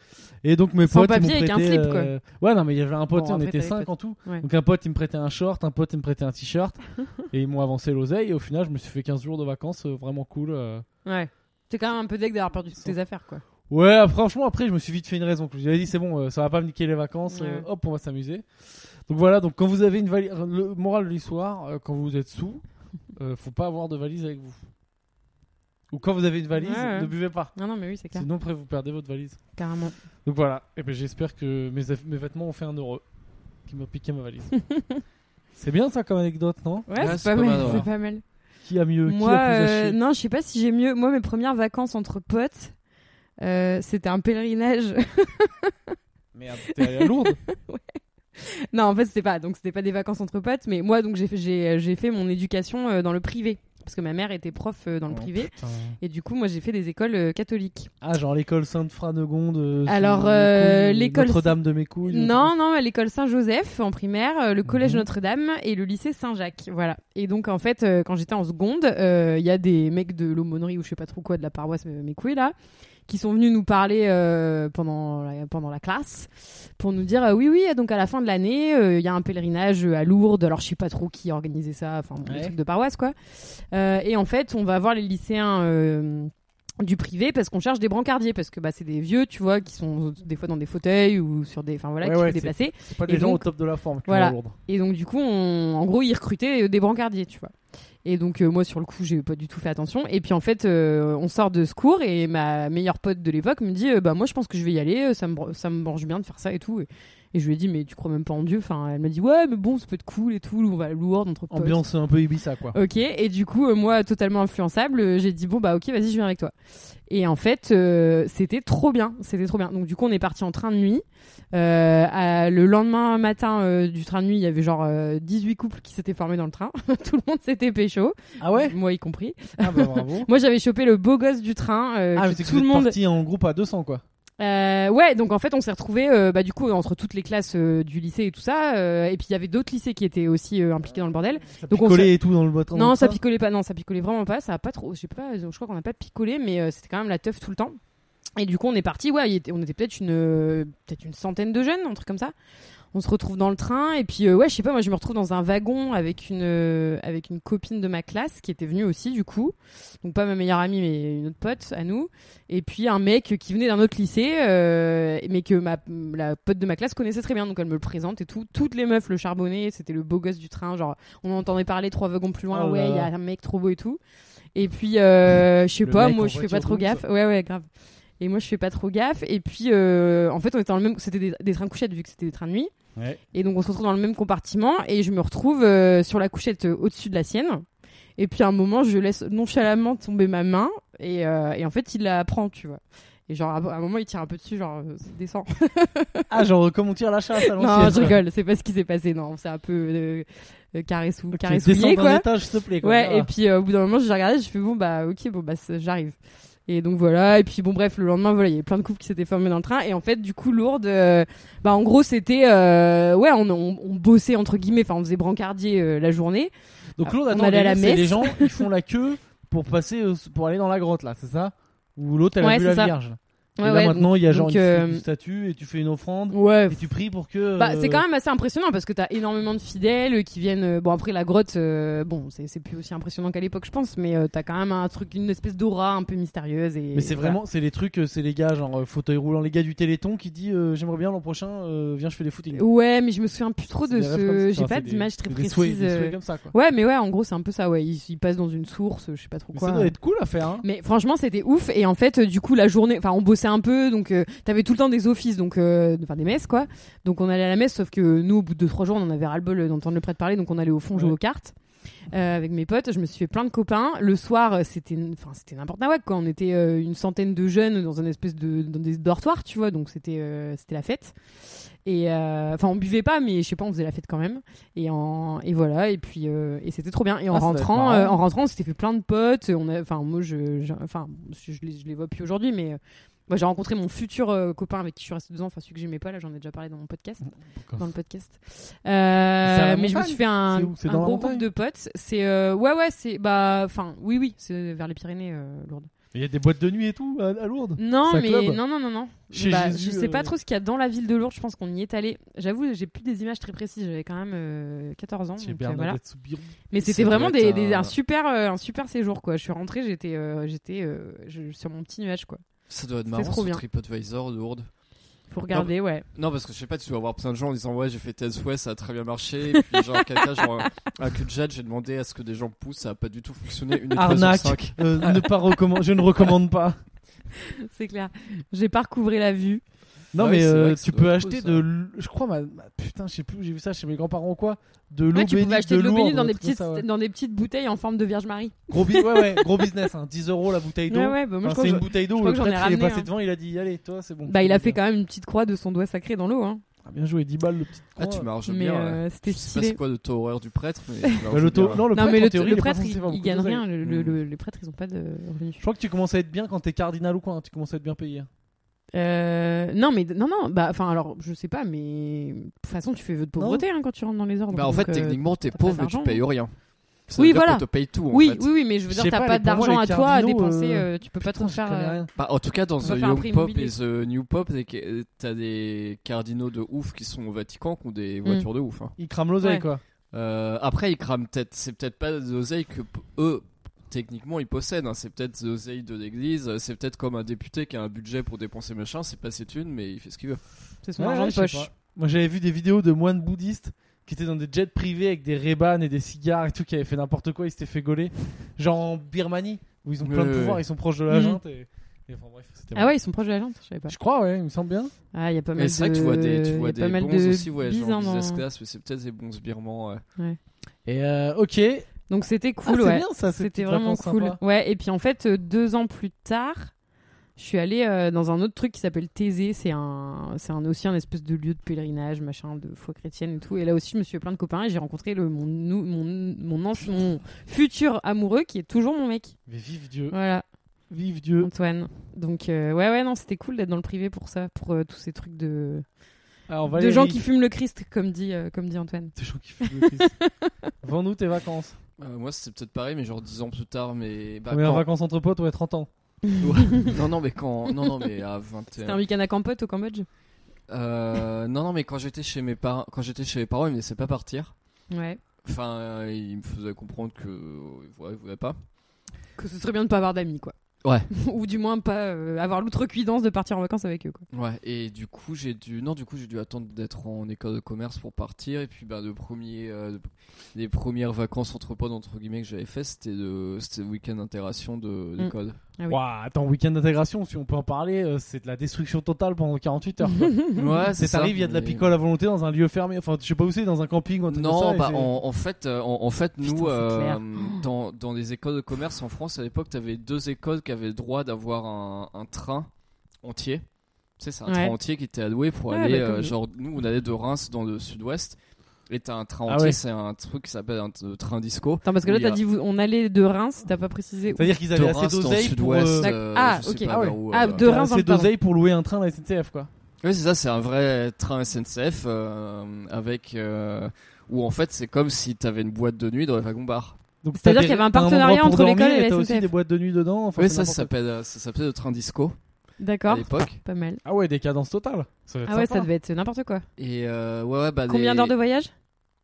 S2: Et donc mes
S3: Sans
S2: potes ils
S3: papier
S2: m'ont
S3: avec
S2: prêté
S3: un slip,
S2: euh, Ouais, non, mais il y avait un pote,
S3: Bon,
S2: on
S3: après,
S2: était
S3: t'as les
S2: 5
S3: potes.
S2: en tout.
S3: Ouais.
S2: Donc un pote il me prêtait un short, un pote il me prêtait un t-shirt et ils m'ont avancé l'oseille et au final, je me suis fait 15 jours de vacances euh, vraiment cool. euh.
S3: Ouais. T'es quand même un peu deg d'avoir perdu toutes
S2: Sans-
S3: tes affaires, quoi.
S2: Ouais, ah, franchement après je me suis vite fait une raison. J'avais dit c'est bon, euh, ça va pas me niquer les vacances, euh,
S3: Ouais.
S2: hop, on va s'amuser. Donc voilà, donc quand vous avez une valise le moral de l'histoire, euh, quand vous êtes sous, euh, faut pas avoir de valise avec vous. Ou quand vous avez une valise,
S3: Ouais, ouais.
S2: ne buvez pas.
S3: Non, non, mais oui, c'est clair.
S2: Sinon après vous perdez votre valise.
S3: Carrément.
S2: Donc voilà, et ben j'espère que mes, aff- mes vêtements ont fait un heureux qui m'a piqué ma valise. c'est bien ça comme anecdote, non
S3: Ouais,
S1: Ouais,
S3: c'est pas, mal.
S1: ouais.
S3: C'est pas mal.
S2: Qui a mieux Qui
S3: Moi,
S2: a plus à
S3: euh,
S2: chier
S3: non, je sais pas si j'ai mieux. Moi, mes premières vacances entre potes, euh, c'était un pèlerinage.
S2: Merde, t'es allé à Lourdes
S3: non, en fait, c'était pas. Donc, c'était pas des vacances entre potes. Mais moi, donc, j'ai fait, j'ai, j'ai fait mon éducation euh, dans le privé. Parce que ma mère était prof euh, dans le
S2: Oh,
S3: privé.
S2: putain.
S3: Et du coup, moi, j'ai fait des écoles euh, catholiques.
S2: Ah, genre l'école Sainte-Franegonde. euh, sous
S3: Alors,
S2: mes
S3: euh,
S2: couilles, euh,
S3: l'école-
S2: Notre-Dame de mes couilles.
S3: Non, non, à l'école Saint-Joseph en primaire, euh, le collège
S2: Mhm.
S3: Notre-Dame et le lycée Saint-Jacques. Voilà. Et donc, en fait, euh, quand j'étais en seconde, euh, il y a des mecs de l'aumônerie ou je sais pas trop quoi de la paroisse, euh, mes couilles là, qui sont venus nous parler euh, pendant, la, pendant la classe pour nous dire euh, oui, oui, donc à la fin de l'année, euh, il y a un pèlerinage à Lourdes. Alors, je sais pas trop qui organisait ça, enfin, bon,
S2: Ouais.
S3: des trucs de paroisse, quoi. Euh, et en fait, on va voir les lycéens. euh, du privé parce qu'on cherche des brancardiers parce que bah, c'est des vieux tu vois qui sont des fois dans des fauteuils ou sur des enfin voilà
S2: Ouais,
S3: qui
S2: ouais,
S3: sont déplacés
S2: C'est pas
S3: Et
S2: des gens
S3: donc-
S2: au top de la forme. tu
S3: Voilà.
S2: vois, Lourdes.
S3: et donc, du coup, on- en gros, ils recrutaient euh, des brancardiers, tu vois. Et donc, euh, moi, sur le coup, j'ai pas du tout fait attention. Et puis, en fait, euh, on sort de ce cours et ma meilleure pote de l'époque me dit euh, Bah, moi, je pense que je vais y aller, euh, ça me, br- ça me branche bien de faire ça et tout. Et, et je lui ai dit Mais tu crois même pas en Dieu Enfin, elle m'a dit Ouais, mais bon, ça peut être cool et tout, on va à Lourdes entre potes.
S2: Ambiance un peu Ibiza, quoi.
S3: Ok, et du coup, euh, moi, totalement influençable, euh, j'ai dit bon, bah ok, vas-y, je viens avec toi. Et en fait, euh, c'était trop bien, c'était trop bien. Donc du coup, on est parti en train de nuit. Euh, à- le lendemain matin euh, du train de nuit, il y avait genre euh, 18 couples qui s'étaient formés dans le train. Tout le monde s'était pécho,
S2: Ah ouais
S3: moi y compris.
S2: Ah bah bravo.
S3: Moi, j'avais chopé le beau gosse du train. euh,
S2: Ah,
S3: que
S2: mais c'est que
S3: tout
S2: vous
S3: le
S2: êtes
S3: monde.
S2: parti en groupe à 200, quoi.
S3: Euh, ouais, donc en fait, on s'est retrouvés euh, bah, du coup entre toutes les classes euh, du lycée et tout ça. euh, et puis il y avait d'autres lycées qui étaient aussi euh, impliqués dans le bordel.
S2: Ça
S3: Donc on
S2: picolait et tout dans le boîte.
S3: Non, ça picolait pas. Non, ça picolait vraiment pas. Ça a pas trop. Je sais pas. Je crois qu'on n'a pas picolé, mais euh, c'était quand même la teuf tout le temps. Et du coup, on est parti. Ouais, il était- on était peut-être une, euh, peut-être une centaine de jeunes, un truc comme ça. On se retrouve dans le train et puis euh, ouais, je sais pas. Moi, je me retrouve dans un wagon avec une, euh, avec une copine de ma classe qui était venue aussi du coup. Donc pas ma meilleure amie, mais une autre pote à nous. Et puis un mec qui venait d'un autre lycée, euh, mais que ma la pote de ma classe connaissait très bien. Donc elle me le présente et tout. Toutes les meufs le charbonnaient. C'était le beau gosse du train, genre on entendait parler trois wagons plus loin,
S2: Oh là
S3: ouais, il y a
S2: là.
S3: un mec trop beau et tout. Et puis, euh, je sais
S2: Le
S3: pas,
S2: mec en
S3: moi, je fais pas
S2: voiture
S3: trop
S2: rouge.
S3: gaffe. Ouais, ouais, grave. Et moi, je fais pas trop gaffe. Et puis, euh, en fait, on était dans le même. C'était des, des trains couchettes, vu que c'était des trains de nuit.
S2: Ouais.
S3: Et donc, on se retrouve dans le même compartiment. Et je me retrouve euh, sur la couchette euh, au-dessus de la sienne. Et puis, à un moment, je laisse nonchalamment tomber ma main. Et, euh, et en fait, il la prend, tu vois. Et genre, à un moment, il tire un peu dessus, genre, euh, descend.
S2: Ah, genre, comme on tire la chasse à l'ancienne.
S3: Non, je rigole, c'est pas ce qui s'est passé. Non, c'est un peu euh, euh, caressou,
S2: Ok,
S3: caressouillé,
S2: descends
S3: quoi.
S2: d'un étage, s'il te plaît. quoi.
S3: Ouais,
S2: Ah.
S3: et puis euh, au bout d'un moment, j'ai regardé, je fais bon bah ok, bon bah c'est- j'arrive. Et donc voilà, et puis bon bref, le lendemain, voilà, il y avait plein de couples qui s'étaient formés dans le train. Et en fait, du coup, Lourdes, euh, bah en gros, c'était euh, ouais, on, on, on bossait entre guillemets, enfin on faisait brancardier euh, la journée.
S2: Donc Lourdes,
S3: On
S2: attends,
S3: allait à
S2: les-
S3: la
S2: c'est les
S3: messe.
S2: gens, ils font la queue pour passer au- pour aller dans la grotte là, c'est ça Ou l'autre elle a
S3: Ouais,
S2: vu
S3: c'est
S2: la
S3: ça.
S2: Vierge.
S3: Ouais,
S2: et là
S3: ouais,
S2: maintenant il y a genre
S3: donc,
S2: une,
S3: euh,
S2: une statue et tu fais une offrande
S3: ouais.
S2: et tu pries pour que.
S3: Bah,
S2: euh,
S3: c'est quand même assez impressionnant parce que t'as énormément de fidèles qui viennent. euh, Bon, après la grotte, euh, bon, c'est c'est plus aussi impressionnant qu'à l'époque, je pense, mais euh, t'as quand même un truc, une espèce d'aura un peu mystérieuse. Et
S2: Mais c'est
S3: voilà.
S2: vraiment, c'est les trucs, euh, c'est les gars genre euh, fauteuil roulant, les gars du Téléthon qui dit euh, j'aimerais bien l'an prochain, euh, viens je fais des footings.
S3: Ouais, mais je me souviens plus trop
S2: C'est
S3: de
S2: des rêves comme
S3: ce.
S2: ça.
S3: J'ai
S2: Enfin,
S3: pas
S2: c'est des-
S3: d'image très
S2: des
S3: précise.
S2: souhaits- des
S3: euh,
S2: souhaits comme ça, quoi.
S3: Ouais, mais ouais, en gros, c'est un peu ça, ouais. Ils, ils passent dans une source, je sais pas trop
S2: Mais
S3: quoi.
S2: ça doit être cool à faire. hein.
S3: Mais franchement, c'était ouf. Et en fait, euh, du coup, la journée, enfin, on bossait un peu, donc euh, t'avais tout le temps des offices, donc euh, enfin des messes, quoi. Donc on allait à la messe, sauf que nous, au bout de deux trois jours, on en avait ras le bol d'entendre le prêtre parler, donc on allait au fond jouer
S2: Ouais.
S3: aux cartes. euh, avec mes potes, je me suis fait plein de copains. Le soir, euh, c'était, enfin, c'était n'importe quoi. quoi. On était euh, une centaine de jeunes dans un espèce de, dans des dortoirs, tu vois. Donc c'était, euh, c'était la fête. Et euh, enfin, on buvait pas, mais je sais pas, on faisait la fête quand même. Et en, et voilà. Et puis, euh, et c'était trop bien. Et en
S2: Ah, ça doit être
S3: rentrant,
S2: marrant.
S3: euh, en rentrant, on s'était fait plein de potes. On a, enfin, moi, je, je- enfin, je, je les, je les vois plus aujourd'hui, mais. euh, moi, j'ai rencontré mon futur euh, copain avec qui je suis restée deux ans, enfin celui que j'aimais pas, là j'en ai déjà parlé dans mon podcast.
S2: Pourquoi
S3: Dans le podcast. Euh,
S2: C'est à la
S3: mais je me
S2: montagne
S3: suis fait un,
S2: C'est où C'est
S3: un
S2: dans la
S3: gros
S2: montagne
S3: groupe de potes. C'est euh, ouais ouais c'est bah enfin oui oui c'est vers les Pyrénées euh, Lourdes.
S2: Il y a des boîtes de nuit et tout à, à Lourdes.
S3: Non
S2: C'est un
S3: mais
S2: club
S3: non non non non.
S2: Chez
S3: Bah,
S2: Jésus,
S3: je sais pas
S2: euh,
S3: trop ce qu'il y a dans la ville de Lourdes. Je pense qu'on y est allé. J'avoue j'ai plus des images très précises. J'avais quand même euh, 14 ans.
S2: Chez
S3: donc, euh,
S2: Bernadette
S3: voilà.
S2: Soubirous.
S3: Mais
S1: Ça
S3: c'était
S1: doit
S3: vraiment
S1: être
S3: des, des-
S1: un-
S3: un super euh, un super séjour quoi. Je suis rentrée j'étais euh, j'étais euh, je- sur mon petit nuage quoi.
S1: Ça doit être
S3: C'est
S1: marrant
S3: trop
S1: sur
S3: bien.
S1: TripAdvisor de Lourdes.
S3: Faut regarder ouais.
S1: Non, parce que je sais pas, tu dois avoir plein de gens en disant Ouais, j'ai fait Test West, ça a très bien marché. Et puis, genre, quelqu'un, genre, un cul de jade, j'ai demandé à ce que des gens poussent, ça a pas du tout fonctionné. Une étoile sur
S2: Arnaque.
S1: cinq.
S2: Euh, ne pas recommander. Je ne recommande pas.
S3: C'est clair. J'ai pas recouvré la vue.
S2: Non
S1: Ah oui,
S2: mais
S1: c'est
S2: euh,
S1: vrai que ça
S2: tu
S1: doit
S2: peux
S1: être
S2: acheter
S1: cool,
S2: de, l- je crois ma, ma- putain je sais plus où j'ai vu ça chez mes grands-parents ou quoi, de l'eau
S3: Ouais, tu
S2: bénite
S3: pouvais acheter de l'eau
S2: Lourdes,
S3: bénite dans
S2: un
S3: des
S2: truc
S3: petites
S2: comme ça, ouais.
S3: dans des petites bouteilles en forme de Vierge Marie.
S2: Gros, bi- ouais, ouais, gros business, hein. 10 euros la bouteille d'eau.
S3: Ouais ouais bah moi je
S2: Enfin,
S3: crois
S2: c'est
S3: que
S2: une bouteille d'eau,
S3: crois
S2: le
S3: que j'en
S2: prêtre
S3: ai
S2: il est
S3: ramené,
S2: passé
S3: hein.
S2: devant, il a dit allez, toi c'est bon.
S3: Bah, il a fait quand même une petite croix de son doigt sacré dans l'eau. Hein.
S2: même. bien joué, 10 balles le petit.
S1: Ah, tu
S2: m'as.
S1: marches
S3: Mais
S1: bien. là.
S3: euh, c'était
S1: Je sais pas
S3: stylé.
S1: c'est quoi le taux horaire du prêtre, mais. tu marches
S2: Bah, le taux-
S1: bien, là.
S2: non, le
S3: non,
S2: prêtre,
S3: mais
S2: en
S3: le,
S2: théorie, il
S3: le
S2: est pas
S3: prêtre,
S2: censé
S3: il,
S2: faire
S3: il
S2: beaucoup
S3: gagne
S2: d'oseille.
S3: rien. Le-
S1: Mm.
S3: le- le- les prêtres, ils ont pas de revenus.
S2: Je crois que tu commences à être bien quand t'es cardinal ou quoi, hein. tu commences à être bien payé. hein.
S3: Euh, non, mais non, non. Bah, enfin, alors, je sais pas, mais de toute façon, tu fais vœu de pauvreté hein, quand tu rentres dans les ordres.
S1: Bah, en fait,
S3: donc, euh,
S1: techniquement, t'es
S3: t'as pas
S1: pauvre, mais tu
S3: d'argent,
S1: payes rien. Ça
S3: Oui,
S1: veut dire
S3: voilà.
S1: qu'on te paye tout, en
S3: oui,
S1: fait.
S3: oui, oui, mais je veux
S2: Je
S3: dire,
S2: sais
S3: t'as
S2: pas,
S3: pas,
S2: les- pour moi,
S3: d'argent
S2: les
S3: à toi à
S2: cardinaux,
S3: dépenser,
S2: euh,
S3: euh, tu peux pas
S2: Putain,
S3: trop
S2: je
S3: faire.
S2: connais
S3: euh,
S2: rien.
S1: Bah, en tout cas, dans
S3: On va
S1: The
S3: faire un
S1: Young
S3: prix
S1: Pop et
S3: immobilier.
S1: The New Pop, c'est que- euh, t'as des cardinaux de ouf qui sont au Vatican qui ont
S3: Mm.
S1: des voitures de ouf. hein.
S2: Ils crament l'oseille,
S3: Ouais.
S2: quoi.
S1: Euh, après, ils crament peut-être. C'est peut-être pas des oseilles que p- eux, techniquement, ils possèdent. hein. C'est peut-être des oseilles de l'église. euh, C'est peut-être comme un député qui a un budget pour dépenser machin. C'est pas ses thunes, mais il fait ce qu'il veut.
S3: C'est son
S2: Ouais,
S3: argent
S2: ouais,
S3: de
S2: je sais
S3: poche.
S2: pas. Moi, j'avais vu des vidéos de moines bouddhistes qui étaient dans des jets privés avec des rébans et des cigares et tout, qui avaient fait n'importe quoi, ils s'étaient fait gauler. Genre en Birmanie, où ils ont plein
S1: Ouais,
S2: de
S1: ouais,
S2: pouvoirs,
S1: ouais.
S2: ils sont proches de la
S3: Mhm.
S2: junte. Et... et enfin, bref, c'était
S3: Ah ouais, ils sont proches de la gente, je savais pas.
S2: Je crois, ouais, il me semble bien.
S3: Ah, il y a pas mal
S1: Mais
S3: de.
S1: c'est vrai que tu vois des, tu vois
S3: y a pas
S1: des
S3: mal
S1: bons
S3: de hein.
S1: aussi voyager
S3: bizarres
S1: en
S3: dans-
S1: business class, mais c'est peut-être des bons birmans. ouais.
S2: Et euh, ok.
S3: Donc c'était
S2: Ah,
S3: cool,
S2: c'est
S3: ouais.
S2: bien ça, ces
S3: C'était
S2: petites
S3: vraiment
S2: vacances
S3: cool.
S2: sympas.
S3: Ouais, et puis en fait, euh, deux ans plus tard, je suis allée euh, dans un autre truc qui s'appelle Thésée. C'est un, c'est un aussi un espèce de lieu de pèlerinage, machin, de foi chrétienne et tout. Et là aussi, je me suis fait plein de copains et j'ai rencontré le, mon, nou- mon, mon, anci- mon futur amoureux qui est toujours mon mec.
S2: Mais vive Dieu,
S3: Voilà,
S2: vive Dieu.
S3: Antoine. Donc, euh, ouais, ouais, non, c'était cool d'être dans le privé pour ça, pour euh, tous ces trucs de,
S2: Alors,
S3: de
S2: Valérie,
S3: gens qui fument le Christ, comme dit, euh, comme dit Antoine.
S2: de gens qui fument le Christ. Vends-nous tes vacances.
S1: Euh, moi, c'est peut-être pareil, mais genre 10 ans plus tard. Mais bah,
S2: On est en
S1: quand-
S2: vacances entre potes, ouais, 30 ans.
S1: Ouais. non, non, mais quand. Non, non, mais à
S3: C'était un
S1: 21.
S3: week-end à Campote au Cambodge
S1: Euh, non, non, mais quand j'étais chez mes parents, quand j'étais chez mes parents, ils me laissaient pas partir.
S3: Ouais.
S1: Enfin, euh, ils me faisaient comprendre que ouais, ils voulaient pas.
S3: Que ce serait bien de pas avoir d'amis, quoi.
S1: Ouais.
S3: Ou du moins pas euh, avoir l'outrecuidance de partir en vacances avec eux, quoi.
S1: Ouais, et du coup, j'ai dû. Non, du coup, j'ai dû attendre d'être en école de commerce pour partir. Et puis, bah, le premier, euh, le- les premières vacances entre potes, entre guillemets, que j'avais fait, c'était le, c'était le week-end d'intégration de
S3: Mm.
S1: l'école.
S3: Ah oui.
S2: Ouah, attends, week-end d'intégration, si on peut en parler, euh, c'est de la destruction totale pendant 48 heures. quoi.
S1: Ouais,
S2: c'est
S1: ça,
S2: t'arrives, il y a de la
S1: mais-
S2: picole à volonté dans un lieu fermé. Enfin, je sais pas où c'est, dans un camping. ou un truc
S1: Non,
S2: comme ça, et
S1: bah,
S2: c'est-
S1: en, en fait, euh, en, en fait,
S3: Putain,
S1: nous,
S3: c'est
S1: euh,
S3: clair.
S1: dans, dans les écoles de commerce en France, à l'époque, t'avais deux écoles qui avaient le droit d'avoir un, un train entier. Tu sais, c'est un
S3: Ouais.
S1: train entier qui était alloué pour
S3: Ouais,
S1: aller.
S3: bah, comme
S1: euh,
S3: nous.
S1: genre, nous, on allait de Reims dans le sud-ouest. Et t'as un train
S2: Ah
S1: entier,
S2: ouais.
S1: c'est un truc qui s'appelle un t- le train disco.
S3: Attends, parce que là,
S1: Oui,
S3: t'as
S1: euh,
S3: dit vous- on allait de Reinst'as pas précisé. où.
S2: C'est-à-dire qu'ils
S1: De
S2: avaient assez
S1: Reims dans le
S2: d'oseille pour,
S1: sud-ouest.
S2: euh,
S3: D'accord.
S1: euh,
S3: Ah,
S1: je sais
S3: ok.
S1: pas
S2: Ah ouais.
S1: vers où,
S3: Ah,
S1: euh,
S3: de
S2: ils avaient
S3: Reims dans
S2: assez
S3: le- pardon.
S2: d'oseille pour louer un train à la SNCF, quoi.
S1: Oui, c'est ça, c'est un vrai train SNCF euh, avec. euh, où en fait, c'est comme si t'avais une boîte de nuit dans les wagons-bar.
S2: Donc,
S3: C'est-à-dire
S2: t'as
S3: qu'il y
S2: des-
S3: avait un
S2: t'as endroit
S3: partenariat
S2: pour
S3: entre
S2: dormir
S3: l'école et la
S2: T'as aussi
S3: SNCF.
S2: des boîtes de nuit dedans. Enfin,
S1: oui,
S2: c'est
S1: ça, ça
S2: n'importe quoi.
S1: s'appelle euh, ça s'appelait le train disco à
S3: D'accord.
S1: l'époque.
S3: Pas mal.
S2: Ah ouais, des cas dans ce total. Ça doit être
S3: Ah ouais,
S2: sympa.
S3: ça devait être n'importe quoi.
S1: Et euh, ouais, ouais, bah.
S3: Combien
S1: les-
S3: d'heures de voyage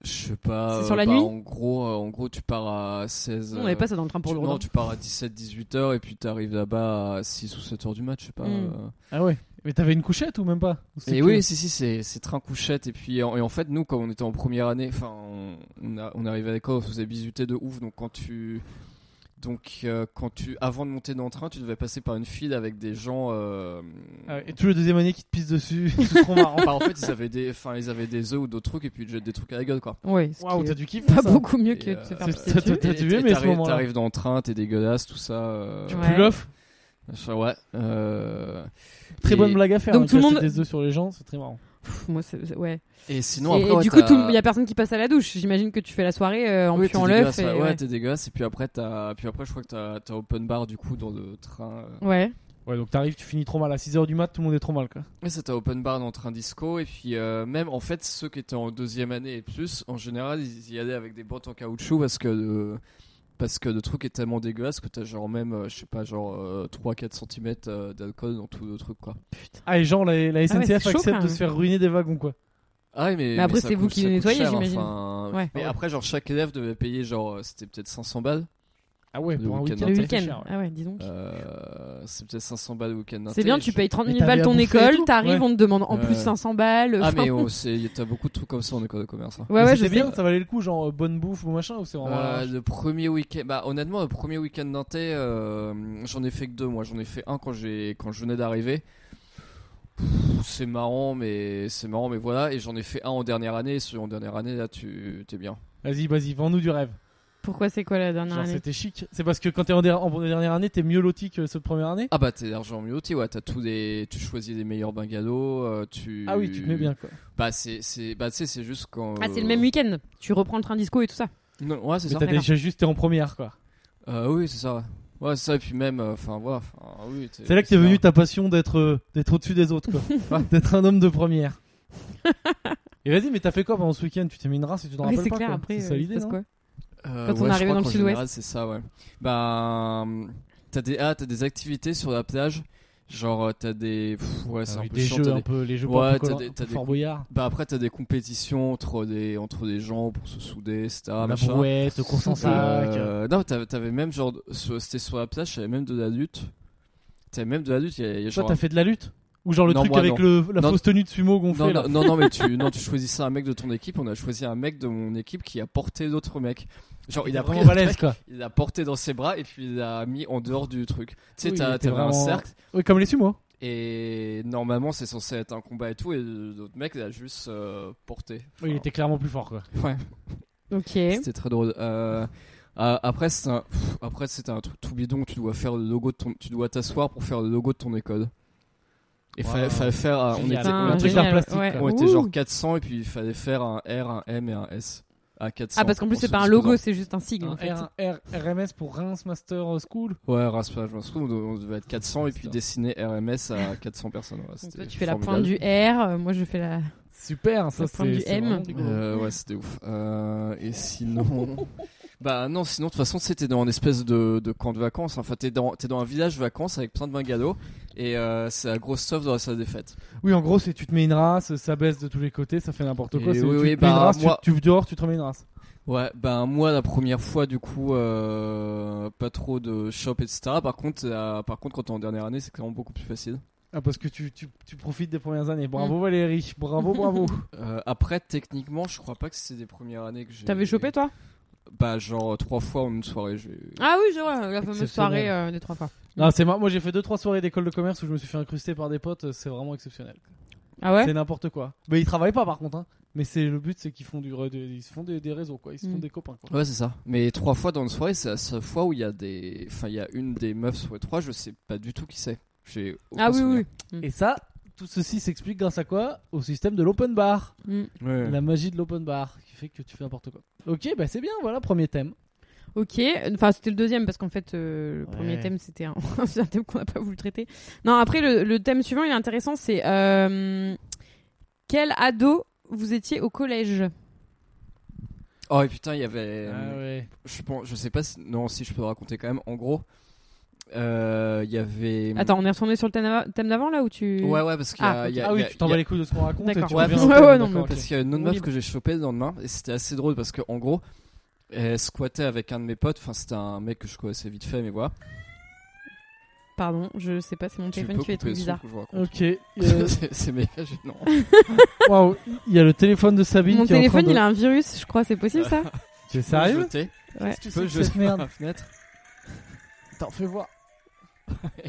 S1: Je sais pas.
S3: C'est
S1: euh,
S3: sur la
S1: bah,
S3: nuit
S1: En gros, euh, en gros, tu pars à 16.
S3: On
S1: euh,
S3: avait pas ça dans le train pour
S1: tu-
S3: le
S1: non, tu pars à 17-18 heures et puis t'arrives là-bas à 6 ou 7 heures du match, je sais pas.
S3: Mm.
S1: euh.
S2: Ah ouais. Mais t'avais une couchette ou même pas Ou c'était
S1: Et
S2: que- Ah
S1: oui, si, si, c'est c'est train couchette. Et puis, en- et en fait, nous, quand on était en première année, enfin, on, on, a- on arrivait à l'école, on se faisait bisuter de ouf. Donc, quand tu. Donc, euh, quand tu. Avant de monter dans le train, tu devais passer par une file avec des gens. euh,
S2: Ah ouais, Et tout le deuxième année qui te pisse dessus, c'est trop marrant.
S1: Enfin, en fait, ils avaient des, enfin, ils avaient des œufs ou d'autres trucs et puis ils te jettent des trucs à la gueule, quoi.
S3: Ouais, ce qui
S2: Waouh,
S3: est
S2: t'as du kiff.
S3: pas
S2: ça.
S3: beaucoup mieux
S1: Et,
S3: que de se
S1: euh,
S3: faire
S1: t'as-
S3: pisser
S2: t'as-
S3: dessus.
S2: t'as- dû aimer,
S1: Et
S2: ce
S1: t'arrives-
S2: moment-là.
S1: T'arrives dans le train, t'es dégueulasse, tout ça. euh,
S3: Tu
S2: Tu
S3: Ouais.
S2: plus l'off.
S1: machin, ouais. euh,
S2: Très
S1: et-
S2: bonne blague à faire.
S3: Donc
S2: hein,
S3: tout le
S2: casser
S3: monde-
S2: des œufs sur les gens, c'est très marrant.
S3: Pff, Moi, c'est- c'est- ouais.
S1: Et sinon,
S3: et
S1: après,
S3: et
S1: ouais,
S3: du coup,
S1: t'as-
S3: tout- il y a personne qui passe à la douche. J'imagine que tu fais la soirée euh, en
S1: Oui, t'es
S3: puant
S1: dégueulasse,
S3: l'œuf. et
S1: Ouais, ouais,
S3: Ouais.
S1: t'es dégueulasse. Et puis après, t'as, puis après, je crois que t'as, t'as open bar du coup dans le train. euh.
S3: Ouais.
S2: Ouais, donc t'arrives, tu finis trop mal. À 6h du mat, tout le monde est trop mal, quoi.
S1: Ouais, ça, t'as open bar dans le train disco. Et puis euh, même, en fait, ceux qui étaient en deuxième année et plus, en général, ils y allaient avec des bottes en caoutchouc parce que le, parce que le truc est tellement dégueulasse que t'as genre même, euh, je sais pas, genre euh, 3-4 cm euh, d'alcool dans tout le truc, quoi.
S2: Ah, et genre, la, la
S3: c'est
S2: SNCF
S3: chaud,
S2: accepte de
S3: quand même.
S2: se faire ruiner des wagons, quoi.
S1: Ah oui, mais,
S3: Mais après,
S1: ça
S3: c'est vous
S1: coûte-
S3: qui
S1: ça coûte
S3: nettoyez,
S1: cher,
S3: j'imagine.
S1: enfin,
S3: Ouais.
S1: Mais après, genre, chaque élève devait payer, genre, euh, c'était peut-être 500 balles.
S2: Ah ouais,
S1: Le
S2: pour un
S1: week-end
S2: week-end.
S3: Le
S1: c'est
S3: week-end. Ah ouais, dis donc.
S1: Euh, c'est peut-être 500 balles le week-end.
S3: C'est
S1: inté,
S3: bien, tu
S1: je-
S3: payes 30
S2: Mais
S3: 000 balles
S2: t'avais à
S3: ton
S2: bouffer et
S3: école,
S2: tout.
S3: t'arrives,
S2: Ouais.
S3: on te demande en
S1: Ouais.
S3: plus 500 balles.
S1: Ah,
S3: enfin.
S1: mais on sait, y a- t'as beaucoup de trucs comme ça en école de commerce. hein.
S3: Ouais, ouais, je sais.
S2: bien, ça valait le coup, genre euh, bonne bouffe ou machin, ou c'est vraiment.
S1: Euh, le premier week-end, bah honnêtement, le premier week-end nantais, euh, j'en ai fait que deux. Moi, j'en ai fait un quand j'ai quand je venais d'arriver. Pff, C'est marrant, mais c'est marrant, mais voilà. Et j'en ai fait un en dernière année. Et celui en dernière année, là, tu t'es bien.
S2: Vas-y, vas-y, vends-nous du rêve.
S3: Pourquoi c'est quoi la dernière
S2: Genre,
S3: année
S2: c'était chic. C'est parce que quand t'es en, der- en dernière année, t'es mieux loti que cette première année.
S1: Ah bah t'es l'argent mieux aussi, ouais. T'as tous des, tu choisis les meilleurs bungalows. euh, tu.
S2: Ah oui, tu te mets bien, quoi.
S1: Bah c'est c'est bah tu sais c'est juste quand.
S3: Ah, c'est le
S1: euh,
S3: même week-end. Tu reprends le train disco et tout ça.
S1: Non, ouais, c'est
S2: Mais
S1: ça.
S2: t'as
S3: d'accord.
S2: déjà juste, t'es en première, quoi.
S1: Euh, oui, c'est ça. Ouais, ouais c'est ça. Et puis même, euh, enfin, voilà. enfin, oui,
S2: C'est là que t'es venu ta passion d'être euh, d'être au-dessus des autres, quoi.
S1: Ouais.
S2: d'être un homme de première. et vas-y, mais t'as fait quoi pendant ce week-end Tu t'es mis une race et tu t'en
S3: Ah Oui,
S2: rappelles
S3: c'est
S2: pas
S3: clair.
S2: quoi.
S3: Après,
S2: c'est ça
S3: euh, il se
S2: l'idée,
S3: passe
S2: non
S3: quoi
S1: Euh,
S3: Quand on
S1: ouais,
S3: est
S1: je
S3: arrivé
S1: crois
S3: dans le
S1: qu'en
S3: sud-ouest.
S1: général, C'est ça, ouais. Bah, t'as des, ah, t'as des activités sur la plage. Genre, euh, t'as des. pff, ouais, c'est
S2: Ah
S1: un
S2: oui,
S1: peu
S2: des
S1: chiant,
S2: jeux
S1: t'as
S2: un
S1: des-
S2: peu les jeux
S1: Ouais,
S2: un peu
S1: t'as
S2: collant-
S1: des-
S2: un peu
S1: t'as des-
S2: Fort Boyard,
S1: Bah, après, t'as des compétitions entre des, entre des gens pour se souder, etc.
S2: la
S1: Ah, machin.
S2: brouette, course en sac.
S1: Euh, non, t'avais t'avais même genre. de- sur- C'était sur la plage, t'avais même de la lutte. T'avais même de la lutte, il y a- il y a
S2: Toi,
S1: genre.
S2: t'as fait de la lutte Ou genre le
S1: Non,
S2: truc
S1: moi,
S2: avec
S1: non.
S2: le, la
S1: Non,
S2: fausse tenue de sumo gonflée
S1: Non,
S2: là
S1: non, non, non, mais tu, non, tu choisissais un mec de ton équipe. On a choisi un mec de mon équipe qui a porté d'autres mecs. Genre, il a pris
S2: vraiment
S1: un
S2: balèze
S1: mec,
S2: quoi.
S1: il l'a porté dans ses bras et puis il l'a mis en dehors du truc. Tu sais,
S2: Oui, il
S1: t'as-
S2: était
S1: t'avais un
S2: vraiment-
S1: cercle
S2: Oui, comme les hein. sumo.
S1: et normalement c'est censé être un combat et tout. Et l'autre mec, il a juste euh, porté.
S2: Oui, il était clairement plus fort quoi.
S1: Ouais,
S3: Ok.
S1: c'était très drôle. Euh, euh, après, c'est un, pff, après, c'était un truc tout bidon. Tu dois faire le logo de ton, tu dois t'asseoir pour faire le logo de ton école. Et fallait,
S2: Wow.
S1: fallait faire. euh, On
S2: Génial.
S1: était,
S2: un
S1: on
S3: Putain,
S1: était
S2: truc
S3: génial,
S2: en plastique,
S3: ouais.
S2: quoi.
S1: On était
S3: Ouh.
S1: genre 400 et puis il fallait faire un R, un M et un S à 400.
S3: Ah, parce qu'en plus,
S1: pour
S3: c'est
S1: se
S3: pas un
S1: disposer
S3: logo, c'est juste un sigle en
S2: Un
S3: fait.
S2: R, R- RMS pour Reims Master School.
S1: en- Ouais, Raspa, je me souviens, on devait- on devait être 400 et puis
S2: Putain.
S1: dessiner RMS à 400 personnes. Ouais,
S3: Donc,
S1: c'était
S3: toi, tu fais la
S1: formidable.
S3: pointe du R, euh, moi je fais la.
S2: Super, ça
S3: La pointe
S2: c'est
S3: du
S2: c'est
S3: M.
S2: vraiment rigolo.
S1: Euh, ouais, c'était ouf. Euh, et sinon. bah, non, sinon, de toute façon, c'était dans une espèce de, de camp de vacances. Enfin, t'es dans, t'es dans un village vacances avec plein de bungalows. Et euh, c'est la grosse stuff dans la salle des fêtes.
S2: Oui, en gros, c'est tu te mets une race, ça baisse de tous les côtés, ça fait n'importe quoi.
S1: Et
S2: c'est
S1: oui,
S2: tu
S1: oui,
S2: te mets
S1: bah,
S2: une race, tu-
S1: moi-
S2: tu, dehors, tu te remets une race.
S1: Ouais, ben moi, la première fois, du coup, euh, pas trop de shop, etc. Par contre, euh, par contre quand t'es en dernière année, c'est clairement beaucoup plus facile.
S2: Ah, parce que tu, tu, tu profites des premières années. Bravo
S3: Mm.
S2: Valérie, bravo, bravo.
S1: Euh, après, techniquement, je crois pas que c'est des premières années que j'ai.
S3: T'avais chopé toi
S1: Bah, genre trois fois en une soirée. j'ai-
S3: Ah oui, je vois, la fameuse
S2: Exceptionnel.
S3: soirée euh, des trois fois.
S2: non, c'est marrant. Moi, j'ai fait deux trois soirées d'école de commerce où je me suis fait incruster par des potes. C'est vraiment exceptionnel.
S3: Ah ouais
S2: C'est n'importe quoi. Mais ils travaillent pas par contre. Hein. Mais c'est le but, c'est qu'ils font du, re- de- ils se font des, des réseaux quoi. Ils se
S3: Mm.
S2: font des copains quoi.
S1: Ouais, c'est ça. Mais trois fois dans une soirée, c'est la seule fois où il y a des. Enfin, il y a une des meufs sur les trois, je sais pas du tout qui c'est. J'ai aucun
S3: Ah oui,
S1: souvenir.
S3: oui.
S2: Et ça, tout ceci s'explique grâce à quoi Au système de l'open bar.
S3: Mm.
S1: Ouais.
S2: La magie de l'open bar qui fait que tu fais n'importe quoi. Ok, bah c'est bien. Voilà, premier thème.
S3: Ok, enfin c'était le deuxième parce qu'en fait euh, le
S2: Ouais.
S3: premier thème c'était un, c'est un thème qu'on n'a pas voulu traiter. Non, après le, le thème suivant il est intéressant c'est euh, quel ado vous étiez au collège
S1: Oh, et putain, il y avait. euh,
S2: Ah ouais.
S1: Je, pense... je sais pas si. Non, si je peux raconter quand même. En gros, euh, il y avait.
S3: Attends, on est retourné sur le thème d'avant- thème d'avant là où tu.
S1: Ouais, ouais, parce qu'il y a.
S3: Ah,
S1: il y a-
S2: Ah
S1: il
S2: oui,
S1: y a-
S2: tu t'en
S1: il y
S2: vas
S1: a-
S2: les couilles de ce qu'on raconte. et
S3: D'accord.
S2: tu
S1: Ouais,
S2: reviens
S1: parce-
S2: au thème,
S3: ouais, non, mais
S2: d'accord,
S1: Parce
S2: ok.
S1: qu'il y a une autre meuf
S2: Libre.
S1: que j'ai chopée le lendemain, et c'était assez drôle parce qu'en gros, elle squattait avec un de mes potes, enfin c'était un mec que je connaissais vite fait, mais voilà.
S3: Pardon, je sais pas, c'est mon
S1: Tu peux
S3: téléphone qui fait
S1: couper le
S3: des trucs
S1: son
S3: bizarres.
S1: que je vous raconte.
S2: Ok. euh,
S1: C'est- c'est méga gênant.
S2: Waouh, il y a le téléphone de Sabine
S3: Mon
S2: qui est en train
S3: téléphone
S2: de-
S3: il a un virus, je crois, c'est possible ça
S2: T'es sérieux
S1: Jeter.
S3: Ouais.
S2: Qu'est-ce
S1: Tu
S2: que
S1: peux
S2: c'est que cette
S1: jeter par
S2: merde
S1: la fenêtre.
S2: Attends, fais voir.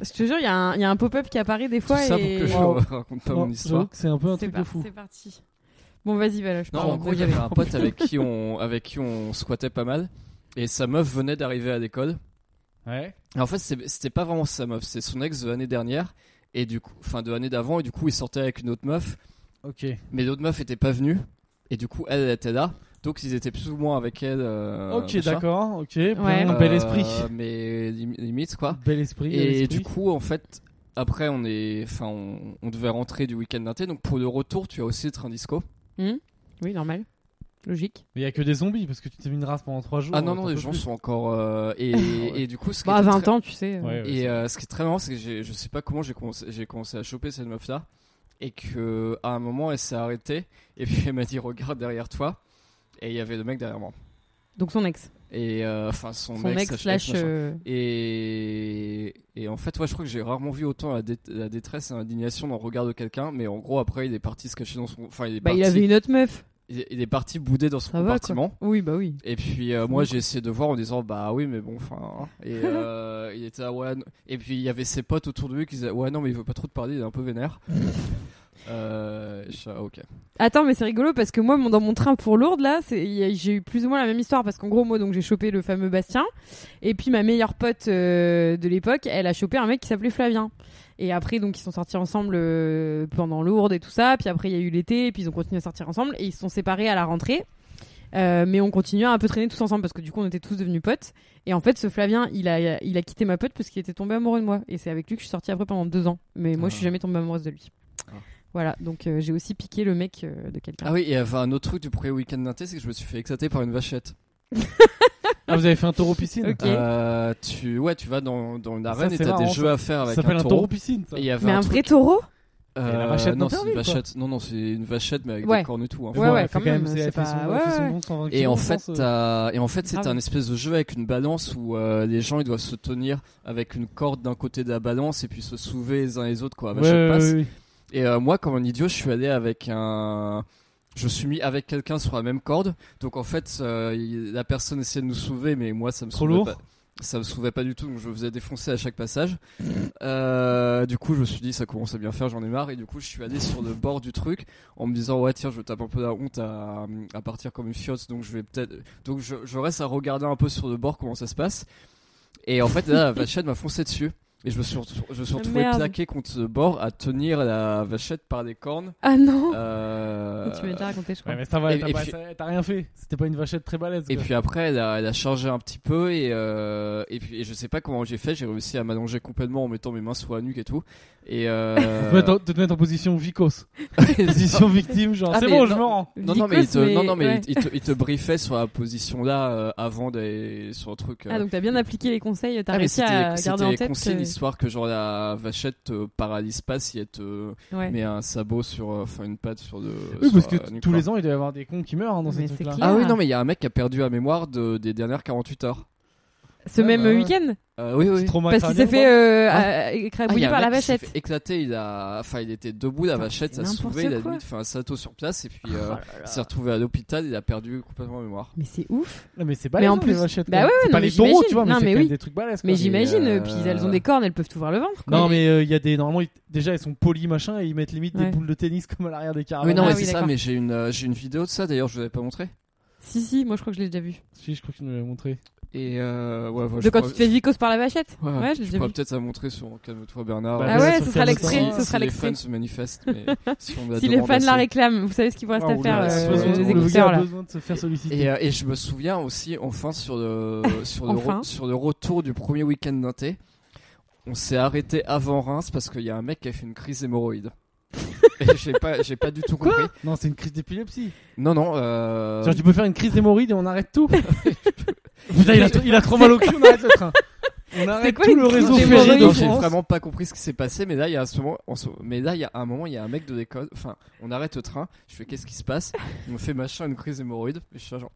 S3: Je te jure, il y, a un- il y a un pop-up qui apparaît des
S1: Tout
S3: fois
S1: ça pour
S3: et.
S1: que je
S2: Wow.
S1: raconte pas
S2: Non,
S1: mon histoire.
S2: j'avoue que C'est un peu un
S3: C'est
S2: truc
S3: par-
S2: de fou.
S3: c'est parti. Bon, vas-y, Val, je
S1: Non,
S3: parle.
S1: en gros, il y avait un pote avec qui on, avec qui on squattait pas mal. Et sa meuf venait d'arriver à l'école.
S2: Ouais.
S1: Et En fait, c'est- c'était pas vraiment sa meuf, c'est son ex de l'année dernière. Et du coup, enfin de l'année d'avant, et du coup, il sortait avec une autre meuf.
S2: Ok.
S1: Mais l'autre meuf était pas venue. Et du coup, elle, elle était là. Donc, ils étaient plus ou moins avec elle. euh,
S2: ok,
S1: machin.
S2: d'accord. Ok.
S3: Ouais.
S2: bien,
S1: Euh,
S2: Bel esprit.
S1: Mais lim- limite, quoi.
S2: Bel esprit. bel
S1: Et
S2: esprit.
S1: du coup, en fait, après, on est, enfin, on, on devait rentrer du week-end d'inté. Donc, pour le retour, tu as aussi le train disco.
S3: Oui, normal. Logique.
S2: Mais il y a que des zombies parce que tu t'es mis une race pendant 3 jours.
S1: ah non,
S2: euh,
S1: non,
S2: t'en
S1: les
S2: peux
S1: gens
S2: plus.
S1: sont encore. euh, et,
S2: ouais.
S1: et du coup, ce qui
S3: Bah, à
S1: était
S3: 20
S1: très-
S3: ans, tu sais. euh,
S2: Ouais, ouais, c'est
S1: Et
S2: vrai.
S1: euh, ce qui est très marrant, c'est que j'ai- je sais pas comment j'ai commencé, j'ai commencé à choper cette meuf là. Et que à un moment, elle s'est arrêtée. Et puis, elle m'a dit Regarde derrière toi. Et il y avait le mec derrière moi.
S3: Donc, son ex.
S1: Et euh, enfin, son,
S3: Son ex slash.
S1: machin.
S3: euh,
S1: Et, et en fait, ouais, je crois que j'ai rarement vu autant la, dé- la détresse et l'indignation dans le regard de quelqu'un, mais en gros, après, il est parti se cacher dans son. Enfin, il est,
S3: Bah,
S1: parti,
S3: il avait une autre meuf.
S1: il est- il est parti bouder dans son
S3: Ça va
S1: compartiment.
S3: quoi. Oui, bah oui.
S1: Et puis, euh, moi, j'ai essayé de voir en disant, bah oui, mais bon, enfin. hein. Et euh, il était là, ouais. n- Et puis, il y avait ses potes autour de lui qui disaient, ouais, non, mais il veut pas trop te parler, il est un peu vénère. euh, je suis là, ok.
S3: Attends, mais c'est rigolo parce que moi, mon- dans mon train pour Lourdes, là, c'est- il y a- j'ai eu plus ou moins la même histoire parce qu'en gros, moi, donc j'ai chopé le fameux Bastien. Et puis, ma meilleure pote euh, de l'époque, elle a chopé un mec qui s'appelait Flavien. Et après, donc, ils sont sortis ensemble euh, pendant Lourdes et tout ça. Puis après, il y a eu l'été, et puis ils ont continué à sortir ensemble. Et ils se sont séparés à la rentrée. Euh, mais on continuait à un peu traîner tous ensemble parce que du coup on était tous devenus potes. Et en fait, ce Flavien, il a, il a quitté ma pote parce qu'il était tombé amoureux de moi. Et c'est avec lui que je suis sortie après pendant deux ans. Mais moi, je suis
S1: Ah.
S3: jamais tombée amoureuse de lui.
S1: Ah.
S3: Voilà, donc euh, j'ai aussi piqué le mec euh, de quelqu'un.
S1: Ah oui, et il y avait un autre truc du premier week-end d'inté, c'est que je me suis fait éclater par une vachette.
S2: Ah, vous avez fait un taureau piscine
S3: Ok.
S1: Euh, tu, ouais, tu vas dans, dans une arène
S2: Ça,
S1: et
S2: c'est
S1: t'as des
S2: marrant,
S1: jeux
S2: ça.
S1: à faire
S2: Ça
S1: avec
S2: s'appelle
S1: un taureau.
S2: piscine. ça.
S1: Et il y avait
S3: Mais
S1: un
S3: un
S1: truc-
S3: vrai taureau
S2: Et la
S1: Euh,
S2: vachette
S1: non, c'est une
S2: d'Interville, quoi.
S1: vachette. Non, non, c'est une vachette, mais avec
S3: Ouais.
S1: des cornes et tout. hein.
S2: Je
S3: Ouais,
S2: vois,
S3: ouais,
S2: elle fait
S3: quand même,
S2: c'est- elle
S3: c'est
S2: fait son-
S3: pas-
S2: elle fait
S3: ouais,
S2: son
S3: ouais.
S2: bon 120
S1: Et
S2: kilos,
S1: en
S2: je
S1: fait,
S2: pense, euh.
S1: t'as- et en fait, c'est
S3: Grave.
S1: un espèce de jeu avec une balance où euh, les gens ils doivent se tenir avec une corde d'un côté de la balance et puis se soulever les uns les autres quoi. à
S2: Ouais,
S1: chaque
S2: ouais,
S1: passe.
S2: ouais, ouais.
S1: Et euh, moi, comme un idiot, je suis allé avec un. Je suis mis avec quelqu'un sur la même corde. Donc en fait, euh, il- la personne essayait de nous sauver, mais moi, ça me
S2: Trop
S1: sauvait
S2: lourd.
S1: pas. Ça me sauvait pas du tout, donc je me faisais défoncer à chaque passage. Euh, du coup, je me suis dit, ça commence à bien faire, j'en ai marre. Et du coup, je suis allé sur le bord du truc en me disant, ouais, tiens, je tape un peu la honte à, à partir comme une fiotte, donc je vais peut-être. Donc je, je reste à regarder un peu sur le bord comment ça se passe. Et en fait, là, la vachette m'a foncé dessus. Et je me suis, retrou- je me suis
S3: Ah,
S1: retrouvé
S3: merde.
S1: plaqué contre ce bord à tenir la vachette par les cornes.
S3: Ah non
S1: Euh,
S3: Tu m'as déjà raconté, je crois.
S2: Ouais, mais ça va,
S1: Et-
S2: t'as
S1: et
S2: pas-
S1: puis-
S2: ça- t'as rien fait. C'était pas une vachette très balèze.
S1: Et
S2: quoi.
S1: puis après, elle a, elle a chargé un petit peu et, euh, et puis et je sais pas comment j'ai fait. J'ai réussi à m'allonger complètement en mettant mes mains sur la nuque et tout. Et euh,
S2: Faut être- te mettre en position vicos. Position victime, genre
S1: Ah,
S2: c'est
S1: mais
S2: bon,
S1: non.
S2: je me rends.
S1: non, non, mais il te,
S3: Vicos,
S1: non, non, mais
S3: ouais.
S1: il, te, il te briefait sur la position là euh, avant des, sur le truc. euh.
S3: Ah, donc t'as bien appliqué les conseils, t'as
S1: Ah, mais
S3: réussi à
S1: c'était
S3: garder en
S1: c'était
S3: tête.
S1: consigne
S3: euh,
S1: histoire que genre la vachette te paralyse pas si elle te
S3: ouais.
S1: met un sabot sur euh, enfin une patte sur de
S2: Oui,
S1: sur
S2: parce que
S1: la nuque,
S2: tous
S1: quoi.
S2: les ans, il doit y avoir des cons qui meurent hein, dans ces
S3: Mais c'est
S2: trucs-là.
S3: clair.
S1: ah oui
S3: Ah.
S1: non mais il y a un mec qui a perdu la mémoire de, des dernières 48 heures
S3: Ce
S2: Ouais,
S3: même
S2: bah ouais.
S3: week-end
S1: euh, oui oui
S2: Trauma
S3: Parce qu'il s'est
S2: crânien,
S3: fait
S2: quoi.
S3: euh,
S1: Ah.
S3: à-
S1: Ah, y
S3: écrabouiller
S1: a un
S3: par la
S1: mec qui s'est
S3: vachette.
S1: fait éclater, il a, enfin, il était debout, la
S3: Putain,
S1: vachette,
S3: c'est
S1: ça
S3: n'importe
S1: soulevait, il a
S3: quoi.
S1: limite fait un salto sur place, et puis,
S3: Oh
S1: euh,
S3: là là.
S1: il s'est retrouvé à l'hôpital, il a perdu complètement la mémoire.
S3: Mais c'est ouf
S1: Ah,
S2: Non, mais c'est balèze,
S3: Mais en
S2: hein,
S3: plus-
S2: les vachettes.
S3: Bah
S2: quoi.
S3: ouais, ouais,
S2: c'est
S3: non,
S2: pas
S3: mais
S2: les taureaux,
S3: j'imagine.
S2: tu vois, mais
S3: Non,
S2: c'est
S3: mais
S2: quand même
S3: oui.
S2: des trucs balèzes. quoi.
S3: Mais
S1: Et,
S3: j'imagine,
S1: euh,
S3: euh, puis elles ont des cornes, elles peuvent tout voir le ventre. quoi.
S2: Non, mais euh, il y a des. Normalement, ils- déjà, ils sont polis, machin, et ils mettent limite des
S3: Ouais.
S2: boules de tennis comme à l'arrière des caravanes.
S1: Oui, non,
S3: Ah
S1: mais
S3: oui,
S1: c'est ça,
S3: d'accord.
S1: mais j'ai une, euh, j'ai une vidéo de ça, d'ailleurs, je vous l'avais pas montré.
S3: Si, si, moi je crois que je l'ai déjà vu.
S2: Si, je crois que tu nous l'avais montré.
S1: Et, euh, ouais, voilà,
S3: De
S1: je
S3: quand
S1: pourrais-
S3: tu te fais vicose par la vachette
S1: Ouais,
S3: Ouais, je l'ai
S1: je
S3: déjà
S1: pourrais
S3: vu.
S1: peut-être la montrer sur Calme-toi Bernard.
S2: Bah,
S1: euh,
S3: Ah ouais, ce
S2: ça
S3: sera
S2: fait
S3: l'extrait.
S2: longtemps.
S3: Ce sera
S1: si les
S3: l'extrait.
S1: fans se manifestent, mais si on me la
S3: Si les
S1: demande
S3: fans la
S1: assez.
S3: réclament, vous savez ce qu'il vous reste à
S2: Waouh,
S3: faire,
S1: là,
S3: euh,
S1: sois-en,
S3: les
S2: le gars
S3: écouteurs
S2: a
S3: là.
S2: besoin de se faire solliciter.
S1: Et, euh, et je me souviens aussi, enfin, sur le, sur le, re-
S3: Enfin.
S1: sur le retour du premier week-end d'inté, on s'est arrêté avant Reims parce qu'il y a un mec qui a fait une crise hémorroïde. Et j'ai pas, j'ai pas du tout
S3: Quoi
S1: compris.
S2: Non, c'est une crise d'épilepsie.
S1: Non, non, euh,
S2: Genre, tu peux faire une crise d'hémorroïde et on arrête tout. Putain, il a, il a trop mal au cul, on arrête le train. On arrête
S3: quoi
S2: tout
S3: une
S2: le
S3: crise
S2: réseau
S1: j'ai-
S3: d'hémorroïde
S2: ferré de
S1: non, j'ai
S2: France.
S1: vraiment pas compris ce qui s'est passé, mais là, il y a ce moment, en ce- mais là, il y a un moment, il y a un mec de l'école, enfin, on arrête le train, je fais qu'est-ce qui se passe, on me fait machin, une crise hémorroïde, et je suis là, genre,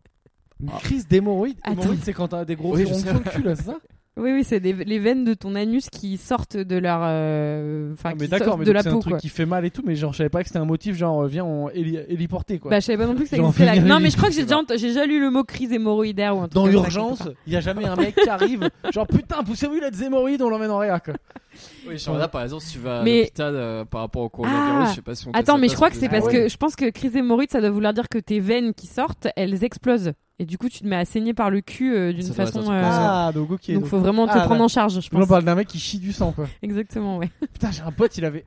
S2: Une crise d'hémorroïde
S3: Attends.
S2: Hémorroïde, c'est quand t'as des gros
S1: Oui, je
S2: férons
S1: sais.
S2: sur le cul, là, c'est ça
S3: Oui, oui, c'est des- les veines de ton anus qui sortent de leur. euh, Enfin,
S2: Ah, Mais
S3: qui
S2: d'accord,
S3: sortent
S2: mais
S3: de
S2: donc
S3: la
S2: c'est un
S3: peau
S2: truc
S3: quoi.
S2: qui fait mal et tout, mais genre, je savais pas que c'était un motif, genre, euh, viens, on héli- héliporté, quoi.
S3: Bah, je savais pas non plus que ça
S2: Genre,
S3: existait là.
S2: venir
S3: Non,
S2: les-
S3: mais je crois que j'ai
S2: je
S3: déjà, ent- j'ai déjà lu le mot crise hémorroïdaire ou un truc
S2: Dans
S3: comme ça,
S2: l'urgence, il y a jamais un mec qui arrive, genre, putain, poussez-vous, il a des hémorroïdes, on l'emmène en réa, quoi.
S3: Euh,
S1: oui, genre là, par exemple, si tu vas à
S3: Mais-
S1: l'hôpital euh, par rapport au coronavirus,
S3: Ah.
S1: je sais pas si on Ah
S3: Attends,
S1: teste
S3: mais
S1: ça
S3: je crois que
S1: tous
S2: Ah
S3: c'est
S1: les
S3: parce
S1: jours.
S3: que je pense que crise hémorroïde, ça doit vouloir dire que tes veines qui sortent, elles explosent. Et du coup, tu te mets à saigner par le cul euh, d'une
S1: Ça doit être un
S3: façon.
S1: truc comme
S3: euh,
S1: ça.
S2: Ah, donc ok.
S3: donc, faut vraiment te
S2: Ah,
S3: prendre
S2: bah.
S3: en charge, je
S2: on
S3: pense.
S2: parle d'un mec qui chie du sang, quoi.
S3: Exactement, ouais.
S2: Putain, j'ai un pote, il avait.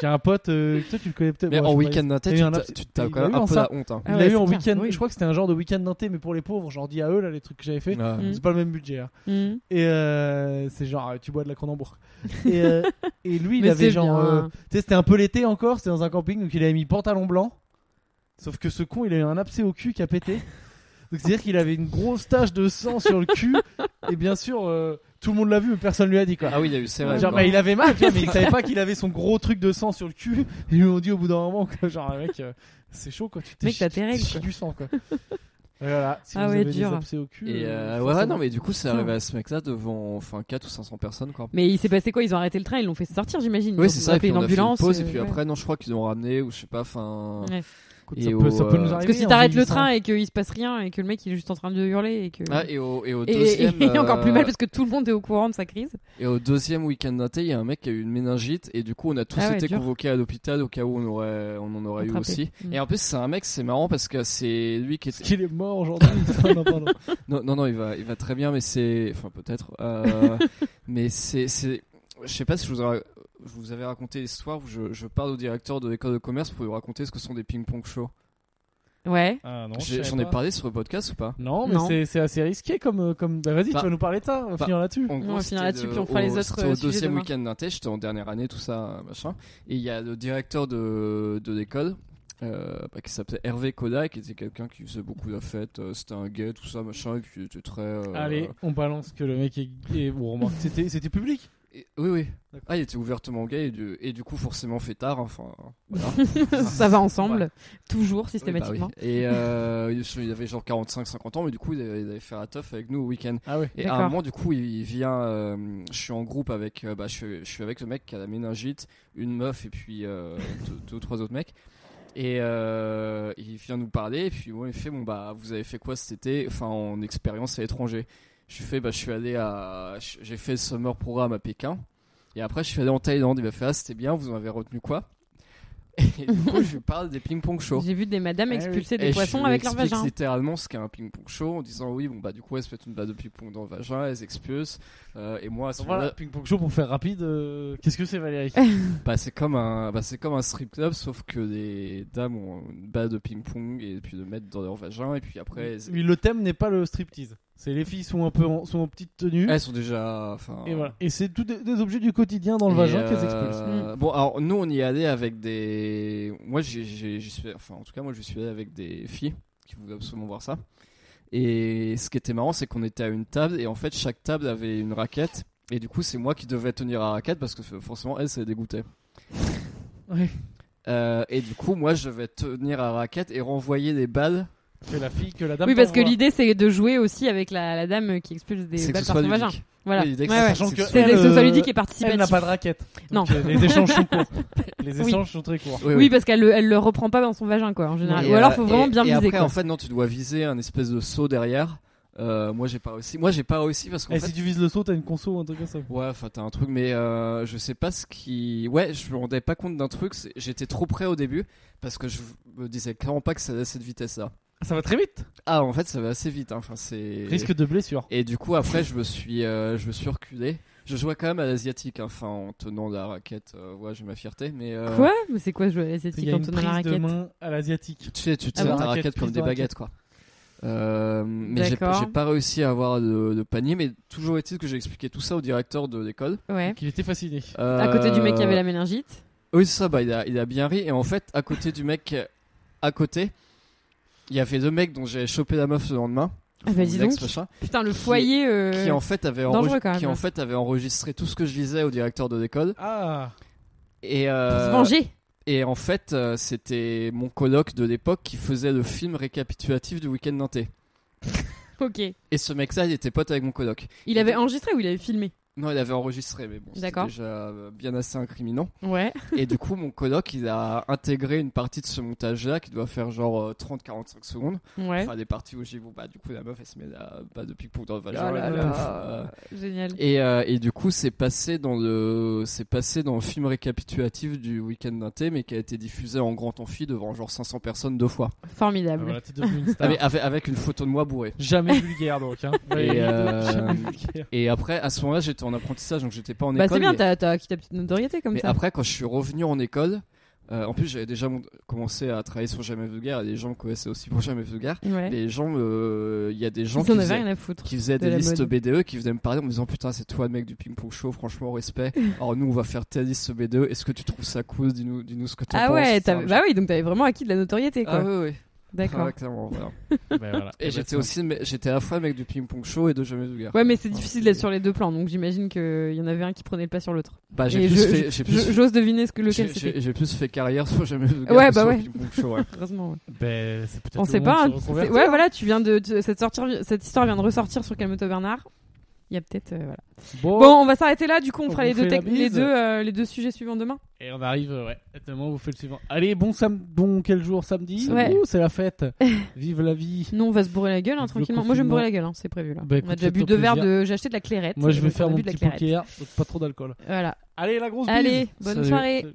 S2: J'ai un pote, euh, toi, tu le connais peut-être.
S1: Mais
S2: moi,
S1: en
S2: je sais pas,
S1: week-end d'inté,
S2: Il y a
S1: tu
S2: eu un
S1: t'as-
S2: abs-
S1: tu t'as
S2: il y
S1: quand
S2: a
S1: même
S2: eu
S1: un
S2: un
S1: peu
S2: ça.
S1: la honte. hein.
S3: Ah
S2: Il
S3: ouais,
S2: l'a eu
S3: c'est
S2: en
S3: clair,
S2: week-end.
S3: oui.
S2: Je crois que c'était un genre de week-end nantais, mais pour les pauvres, genre dis à eux là les trucs que j'avais fait.
S1: Ouais.
S2: C'est pas le même budget. hein.
S3: Mm.
S2: Et euh, c'est genre euh, tu bois de la Cronenbourg. et, euh, et lui il
S3: Mais
S2: avait
S3: c'est
S2: genre,
S3: bien.
S2: euh, tu sais c'était un peu l'été encore, c'était dans un camping donc il avait mis pantalon blanc. Sauf que ce con il a eu un abcès au cul qui a pété. Donc c'est à dire qu'il avait une grosse tache de sang sur le cul et bien sûr euh, tout le monde l'a vu mais personne lui a dit quoi.
S1: Ah oui, il y a eu, c'est vrai.
S2: Genre,
S1: quoi.
S2: bah, il avait mal, tu vois, mais il savait pas qu'il avait son gros truc de sang sur le cul. Ils lui ont dit au bout d'un moment que, genre, mec, euh, c'est chaud quoi, tu t'es
S3: Mec,
S2: chi-
S3: t'as tes
S2: tu t'es
S3: règles,
S2: chi
S3: quoi.
S2: du sang quoi. Et voilà, si
S3: Ah
S2: vous
S3: ouais,
S2: avez
S3: dur.
S2: des abcès au cul.
S1: Et
S2: euh,
S1: euh,
S2: faut
S1: ouais, ouais,
S2: savoir.
S1: non, mais du coup, c'est arrivé à ce mec-là devant enfin 4 ou 500 personnes, quoi.
S3: Mais il s'est passé quoi Ils ont arrêté le train, ils l'ont fait sortir, j'imagine. Ils
S1: Oui,
S3: ont
S1: c'est ça, et
S3: appelé
S1: puis
S3: une
S1: on a fait une
S3: ambulance.
S1: pause, et
S3: euh,
S1: puis
S3: ouais.
S1: après, non, je crois qu'ils l'ont ramené, ou je sais pas,
S2: hein.
S1: enfin.
S3: Ouais.
S2: Écoute,
S1: et
S2: ça, peut,
S1: au,
S2: ça peut nous
S1: euh,
S2: arriver.
S3: Parce que si
S2: en
S3: t'arrêtes le
S2: 2005.
S3: train et qu'il se passe rien et que le mec il est juste en train de hurler et que.
S1: Ah, et au, et au
S3: Et-
S1: deuxième.
S3: et- et encore plus mal
S1: euh,
S3: parce que tout le monde est au courant de sa crise.
S1: Et au deuxième week-end d'inté, il y a un mec qui a eu une méningite et du coup on a tous
S3: Ah ouais,
S1: été
S3: dur.
S1: convoqués à l'hôpital au cas où on aurait, on en aurait eu
S3: Attrapé.
S1: aussi.
S3: Mm.
S1: Et en plus c'est un mec, c'est marrant parce que c'est lui qui est...
S2: Qu'il est mort aujourd'hui. Non, non, pardon.
S1: Non, non, non, il va, il va très bien, mais c'est, enfin peut-être, euh, mais c'est, c'est, je sais pas si je vous, aurais- je vous avais raconté l'histoire où je, je parle au directeur de l'école de commerce pour lui raconter ce que sont des ping-pong shows.
S3: Ouais.
S2: Ah, non, je
S1: J'ai-
S2: savais
S1: J'en ai
S2: pas.
S1: parlé sur le podcast ou pas
S2: Non, mais
S3: Non.
S2: c'est- c'est assez risqué comme. euh, comme... Bah, vas-y,
S1: Bah,
S2: tu vas nous parler de ça, on va
S1: bah,
S2: finir là-dessus.
S1: En gros,
S3: Mmh. on va
S1: c'était
S3: finir là-dessus,
S1: de-
S3: puis on fera
S1: au-
S3: les autres,
S1: c'était
S3: euh,
S1: au
S3: sujets
S1: deuxième
S3: demain.
S1: week-end d'inté, j'étais en dernière année, tout ça, machin. Et il y a le directeur de, de l'école euh, bah, qui s'appelait Hervé Kodak, qui était quelqu'un qui faisait beaucoup la fête, euh, c'était un gay, tout ça, machin, et puis il était très. euh,
S2: Allez, on balance que le mec est. est- bon, remarque, c'était, c'était public.
S1: et- oui, oui.
S2: D'accord.
S1: Ah, il était ouvertement gay, et du, et du coup, forcément fêtard, enfin. Voilà.
S3: ça va ensemble,
S1: Ouais.
S3: toujours,
S1: Oui, bah oui.
S3: systématiquement.
S1: Et euh, il il avait genre 45-50 ans, mais du coup, il avait, il avait fait la teuf avec nous au week-end.
S2: Ah ouais.
S1: Et à
S3: D'accord.
S1: un moment, du coup, il il vient. euh, je suis en groupe avec. euh, bah, je, suis- je suis avec le mec qui a la méningite, une meuf et puis euh, deux, deux ou trois autres mecs. Et euh, il vient nous parler. Et puis, moi, il fait Bon, bah, vous avez fait quoi cet été Enfin, en expérience à l'étranger. Je lui fais Bah, je suis allé à. je- J'ai fait le summer programme à Pékin. Et après, je suis allé en Thaïlande. Il m'a fait Ah, c'était bien, vous en avez retenu quoi Et du coup, je lui parle des ping-pong shows.
S3: J'ai vu des madames
S2: Eh
S3: expulser
S1: Et
S3: des
S1: je
S3: poissons
S1: lui
S3: avec leur
S1: explique
S3: vagin.
S1: littéralement ce qu'est un ping-pong show en disant oui, bon bah du coup elles se mettent une balle de ping-pong dans le vagin, elles expulsent. Euh, et moi à ce
S2: Voilà,
S1: moment-là,
S2: ping-pong show pour faire rapide. euh, qu'est-ce que c'est, Valérie
S1: bah, c'est comme un bah, c'est comme un strip club sauf que les dames ont une balle de ping-pong et puis le mettent dans leur vagin et puis après elles,
S2: Oui, le thème n'est pas le striptease. C'est les filles sont un peu en, sont en petite tenue.
S1: elles sont déjà enfin
S2: Et voilà. Et c'est tous des, des objets du quotidien dans le
S1: Et,
S2: vagin
S1: euh,
S2: qu'elles expulsent.
S3: Hmm.
S1: Bon, alors nous on y allait avec des. Moi j'ai- j'ai- j'y suis. Enfin, en tout cas, moi je suis allé avec des filles qui voulaient absolument voir ça. Et ce qui était marrant, c'est qu'on était à une table et en fait chaque table avait une raquette. Et du coup, c'est moi qui devais tenir la raquette parce que forcément elle s'est dégoûtée.
S2: Ouais.
S1: Euh, et du coup, moi je vais tenir la raquette et renvoyer des balles.
S2: Que la fille, que la dame.
S3: Oui, parce que
S2: t'envoie.
S3: l'idée c'est de jouer aussi avec la, la dame qui expulse des
S1: C'est que
S3: balles
S1: ce
S3: par
S1: soit
S3: son vagin.
S1: ludique.
S3: Voilà.
S1: Oui, l'idée que
S3: Ouais,
S1: ça-
S3: ouais.
S1: c'est
S2: Sachant
S1: que
S2: que
S1: ce soit
S3: C'est
S2: elle,
S3: que
S1: ludique.
S3: ce soit
S2: euh,
S3: ludique et
S2: Elle n'a
S3: participatif.
S2: pas de raquette.
S3: Non.
S2: Donc, euh, les échanges sont courts. Les
S3: Oui.
S2: échanges sont très courts.
S1: Oui, oui.
S3: Oui, parce qu'elle le- elle le reprend pas dans son vagin, quoi, en général.
S1: Et,
S3: Ou alors,
S1: euh,
S3: faut vraiment
S1: et-
S3: bien
S1: et
S3: viser,
S1: après,
S3: quoi.
S1: en fait, non, tu dois viser un espèce de saut derrière. Euh, moi, j'ai pas réussi. Moi, j'ai pas réussi parce qu'en
S2: Et Eh,
S1: fait,
S2: si tu vises le saut, t'as une conso ou un truc comme ça.
S1: Ouais, enfin t'as un truc, mais euh, je sais pas ce qui. Ouais, je me rendais pas compte d'un truc. c'est- J'étais trop près au début parce que je me disais clairement pas que ça allait à cette vitesse-là.
S2: Ça va très vite.
S1: Ah, en fait, ça va assez vite. hein, Enfin, c'est.
S2: Risque de blessure.
S1: Et du coup, après, je me suis, euh, je me suis reculé. Je jouais quand même à l'asiatique, hein, enfin en tenant la raquette. euh, ouais, j'ai ma fierté, mais. euh,
S3: Quoi Mais c'est quoi jouer à
S2: Il
S3: l'asiatique
S2: y a
S3: en
S2: une
S3: tenant la
S2: prise de
S3: raquette
S2: main à l'asiatique.
S1: Tu sais, tu
S3: Ah
S1: tiens
S3: bon.
S1: ta
S2: Raquette,
S1: raquette comme
S2: prise
S1: des
S2: de
S1: baguettes, quoi. Euh, mais j'ai
S3: D'accord.
S1: j'ai pas réussi à avoir de, de panier, mais toujours est-il que j'ai expliqué tout ça au directeur de l'école.
S3: Ouais.
S2: Donc, il était fasciné.
S3: À côté du mec qui
S1: Euh,
S3: avait la méningite.
S1: Oui, c'est ça, bah, il, a, il a bien ri. Et en fait, à côté du mec, euh, à côté, il y avait deux mecs dont j'avais chopé la meuf le lendemain.
S3: Ah bah dis
S1: Mon ex,
S3: donc.
S1: machin,
S3: Putain, le
S1: qui-
S3: foyer. euh,
S1: qui, en fait avait
S3: dangereux,
S1: enregi-
S3: quand même.
S1: qui en fait avait enregistré tout ce que je disais au directeur de l'école.
S2: Ah.
S1: Et,
S3: pour
S1: euh,
S3: se venger.
S1: et en fait, euh, c'était mon coloc de l'époque qui faisait le film récapitulatif du week-end nantais.
S3: Ok.
S1: Et ce mec-là, il était pote avec mon coloc.
S3: Il avait enregistré ou il avait filmé
S1: Non, il avait enregistré, mais bon, c'était
S3: D'accord.
S1: déjà euh, bien assez incriminant.
S3: Ouais.
S1: Et du coup, mon coloc, il a intégré une partie de ce montage-là qui doit faire genre euh, 30-45 secondes.
S3: Ouais.
S1: Enfin, des parties où j'ai bon, bah, du coup, la meuf, elle se met la balle de ping-pong dans le vagin.
S3: Ah là
S1: elle
S3: là.
S1: pouffe, euh,
S3: Génial.
S1: Et, euh, et du coup, c'est passé dans le, c'est passé dans le film récapitulatif du week-end d'un thé, mais qui a été diffusé en grand amphi devant genre 500 personnes deux fois.
S2: Ah,
S3: Formidable.
S2: voilà, t'es devenu une star.
S1: Avec, avec, avec une photo de moi bourré.
S2: Jamais vulgaire donc. Hein.
S1: Et, euh,
S2: Jamais vulgaire.
S1: Et après, à ce moment-là, j'étais en apprentissage, donc j'étais pas en
S3: Bah,
S1: école.
S3: c'est bien,
S1: mais-
S3: t'as t'as acquis ta petite notoriété comme
S1: Mais
S3: ça.
S1: après, quand je suis revenu en école, euh, en plus, j'avais déjà mon- commencé à travailler sur Jamais Vulgaire et les gens me connaissaient aussi pour Jamais Vulgaire.
S3: Ouais.
S1: Les gens, euh, il y a des gens
S3: Ils
S1: qui
S3: en avaient
S1: faisaient-
S3: rien à foutre.
S1: qui faisait
S3: De
S1: des
S3: la
S1: listes
S3: mode.
S1: BDE, qui venaient me parler en me disant putain c'est toi le mec du ping-pong show, franchement respect. Alors nous on va faire ta liste BDE, est-ce que tu trouves ça cool Dis-nous dis ce que tu
S3: Ah
S1: penses.
S3: ouais,
S1: etc.
S3: t'avais- bah oui, donc t'avais vraiment acquis de la notoriété,
S1: Ah
S3: quoi.
S1: ouais, ouais. Ah
S3: D'accord.
S1: ouais, clairement, voilà.
S2: Ben, voilà.
S1: Et
S2: ben,
S1: j'étais
S2: c'est
S1: aussi, mais j'étais à la fois mec du ping-pong show et de jamais vulgaire.
S3: Ouais, mais c'est
S1: Ah,
S3: difficile
S1: c'est-
S3: d'être sur les deux plans, donc j'imagine qu'il y en avait un qui prenait le pas sur l'autre.
S1: Bah j'ai
S3: Et
S1: plus
S3: je-
S1: fait,
S3: je-
S1: j'ai plus,
S3: je- J'ose deviner ce que
S1: j'ai-
S3: lequel
S1: j'ai-
S3: c'était.
S1: j'ai plus fait carrière sur jamais vulgaire.
S3: Ouais,
S1: que
S3: bah
S1: sur le
S3: ouais.
S1: ping-pong show, ouais.
S3: Heureusement, ouais.
S2: Ben, c'est peut-être
S3: On
S2: le
S3: sait
S2: moment
S3: pas.
S2: de se
S3: hein, c'est-
S2: reconvertir.
S3: Ouais, voilà, tu viens de. tu- cette, sortir- cette histoire vient de ressortir sur Calme-toi Bernard. Il y a peut-être. euh, voilà. Bon, on va s'arrêter là, du coup, on
S2: Oh. On
S3: fera
S2: vous
S3: les deux,
S2: fait la
S3: tec- les,
S2: bise.
S3: deux, euh, les deux sujets suivants demain.
S2: Et on arrive, euh, ouais. Demain, vous faites le suivant. Allez, bon sam bon quel jour samedi
S3: Ouais.
S2: Ouh, C'est la fête. Vive la vie.
S3: Non, on va se bourrer la gueule, hein,
S2: Le
S3: tranquillement. Moi, je vais me
S2: confinement.
S3: bourrer la gueule, hein, c'est prévu là.
S2: Bah,
S3: on a
S2: écoute,
S3: déjà bu
S2: faites-toi
S3: deux verres
S2: plaisir.
S3: de. J'ai acheté de la clairette.
S2: Moi, je vais
S3: donc on a
S2: faire mon
S3: bu de la
S2: petit
S3: clairette.
S2: poker, donc pas trop d'alcool.
S3: Voilà.
S2: Allez, la grosse bise.
S3: Allez, bonne
S2: Salut.
S3: soirée.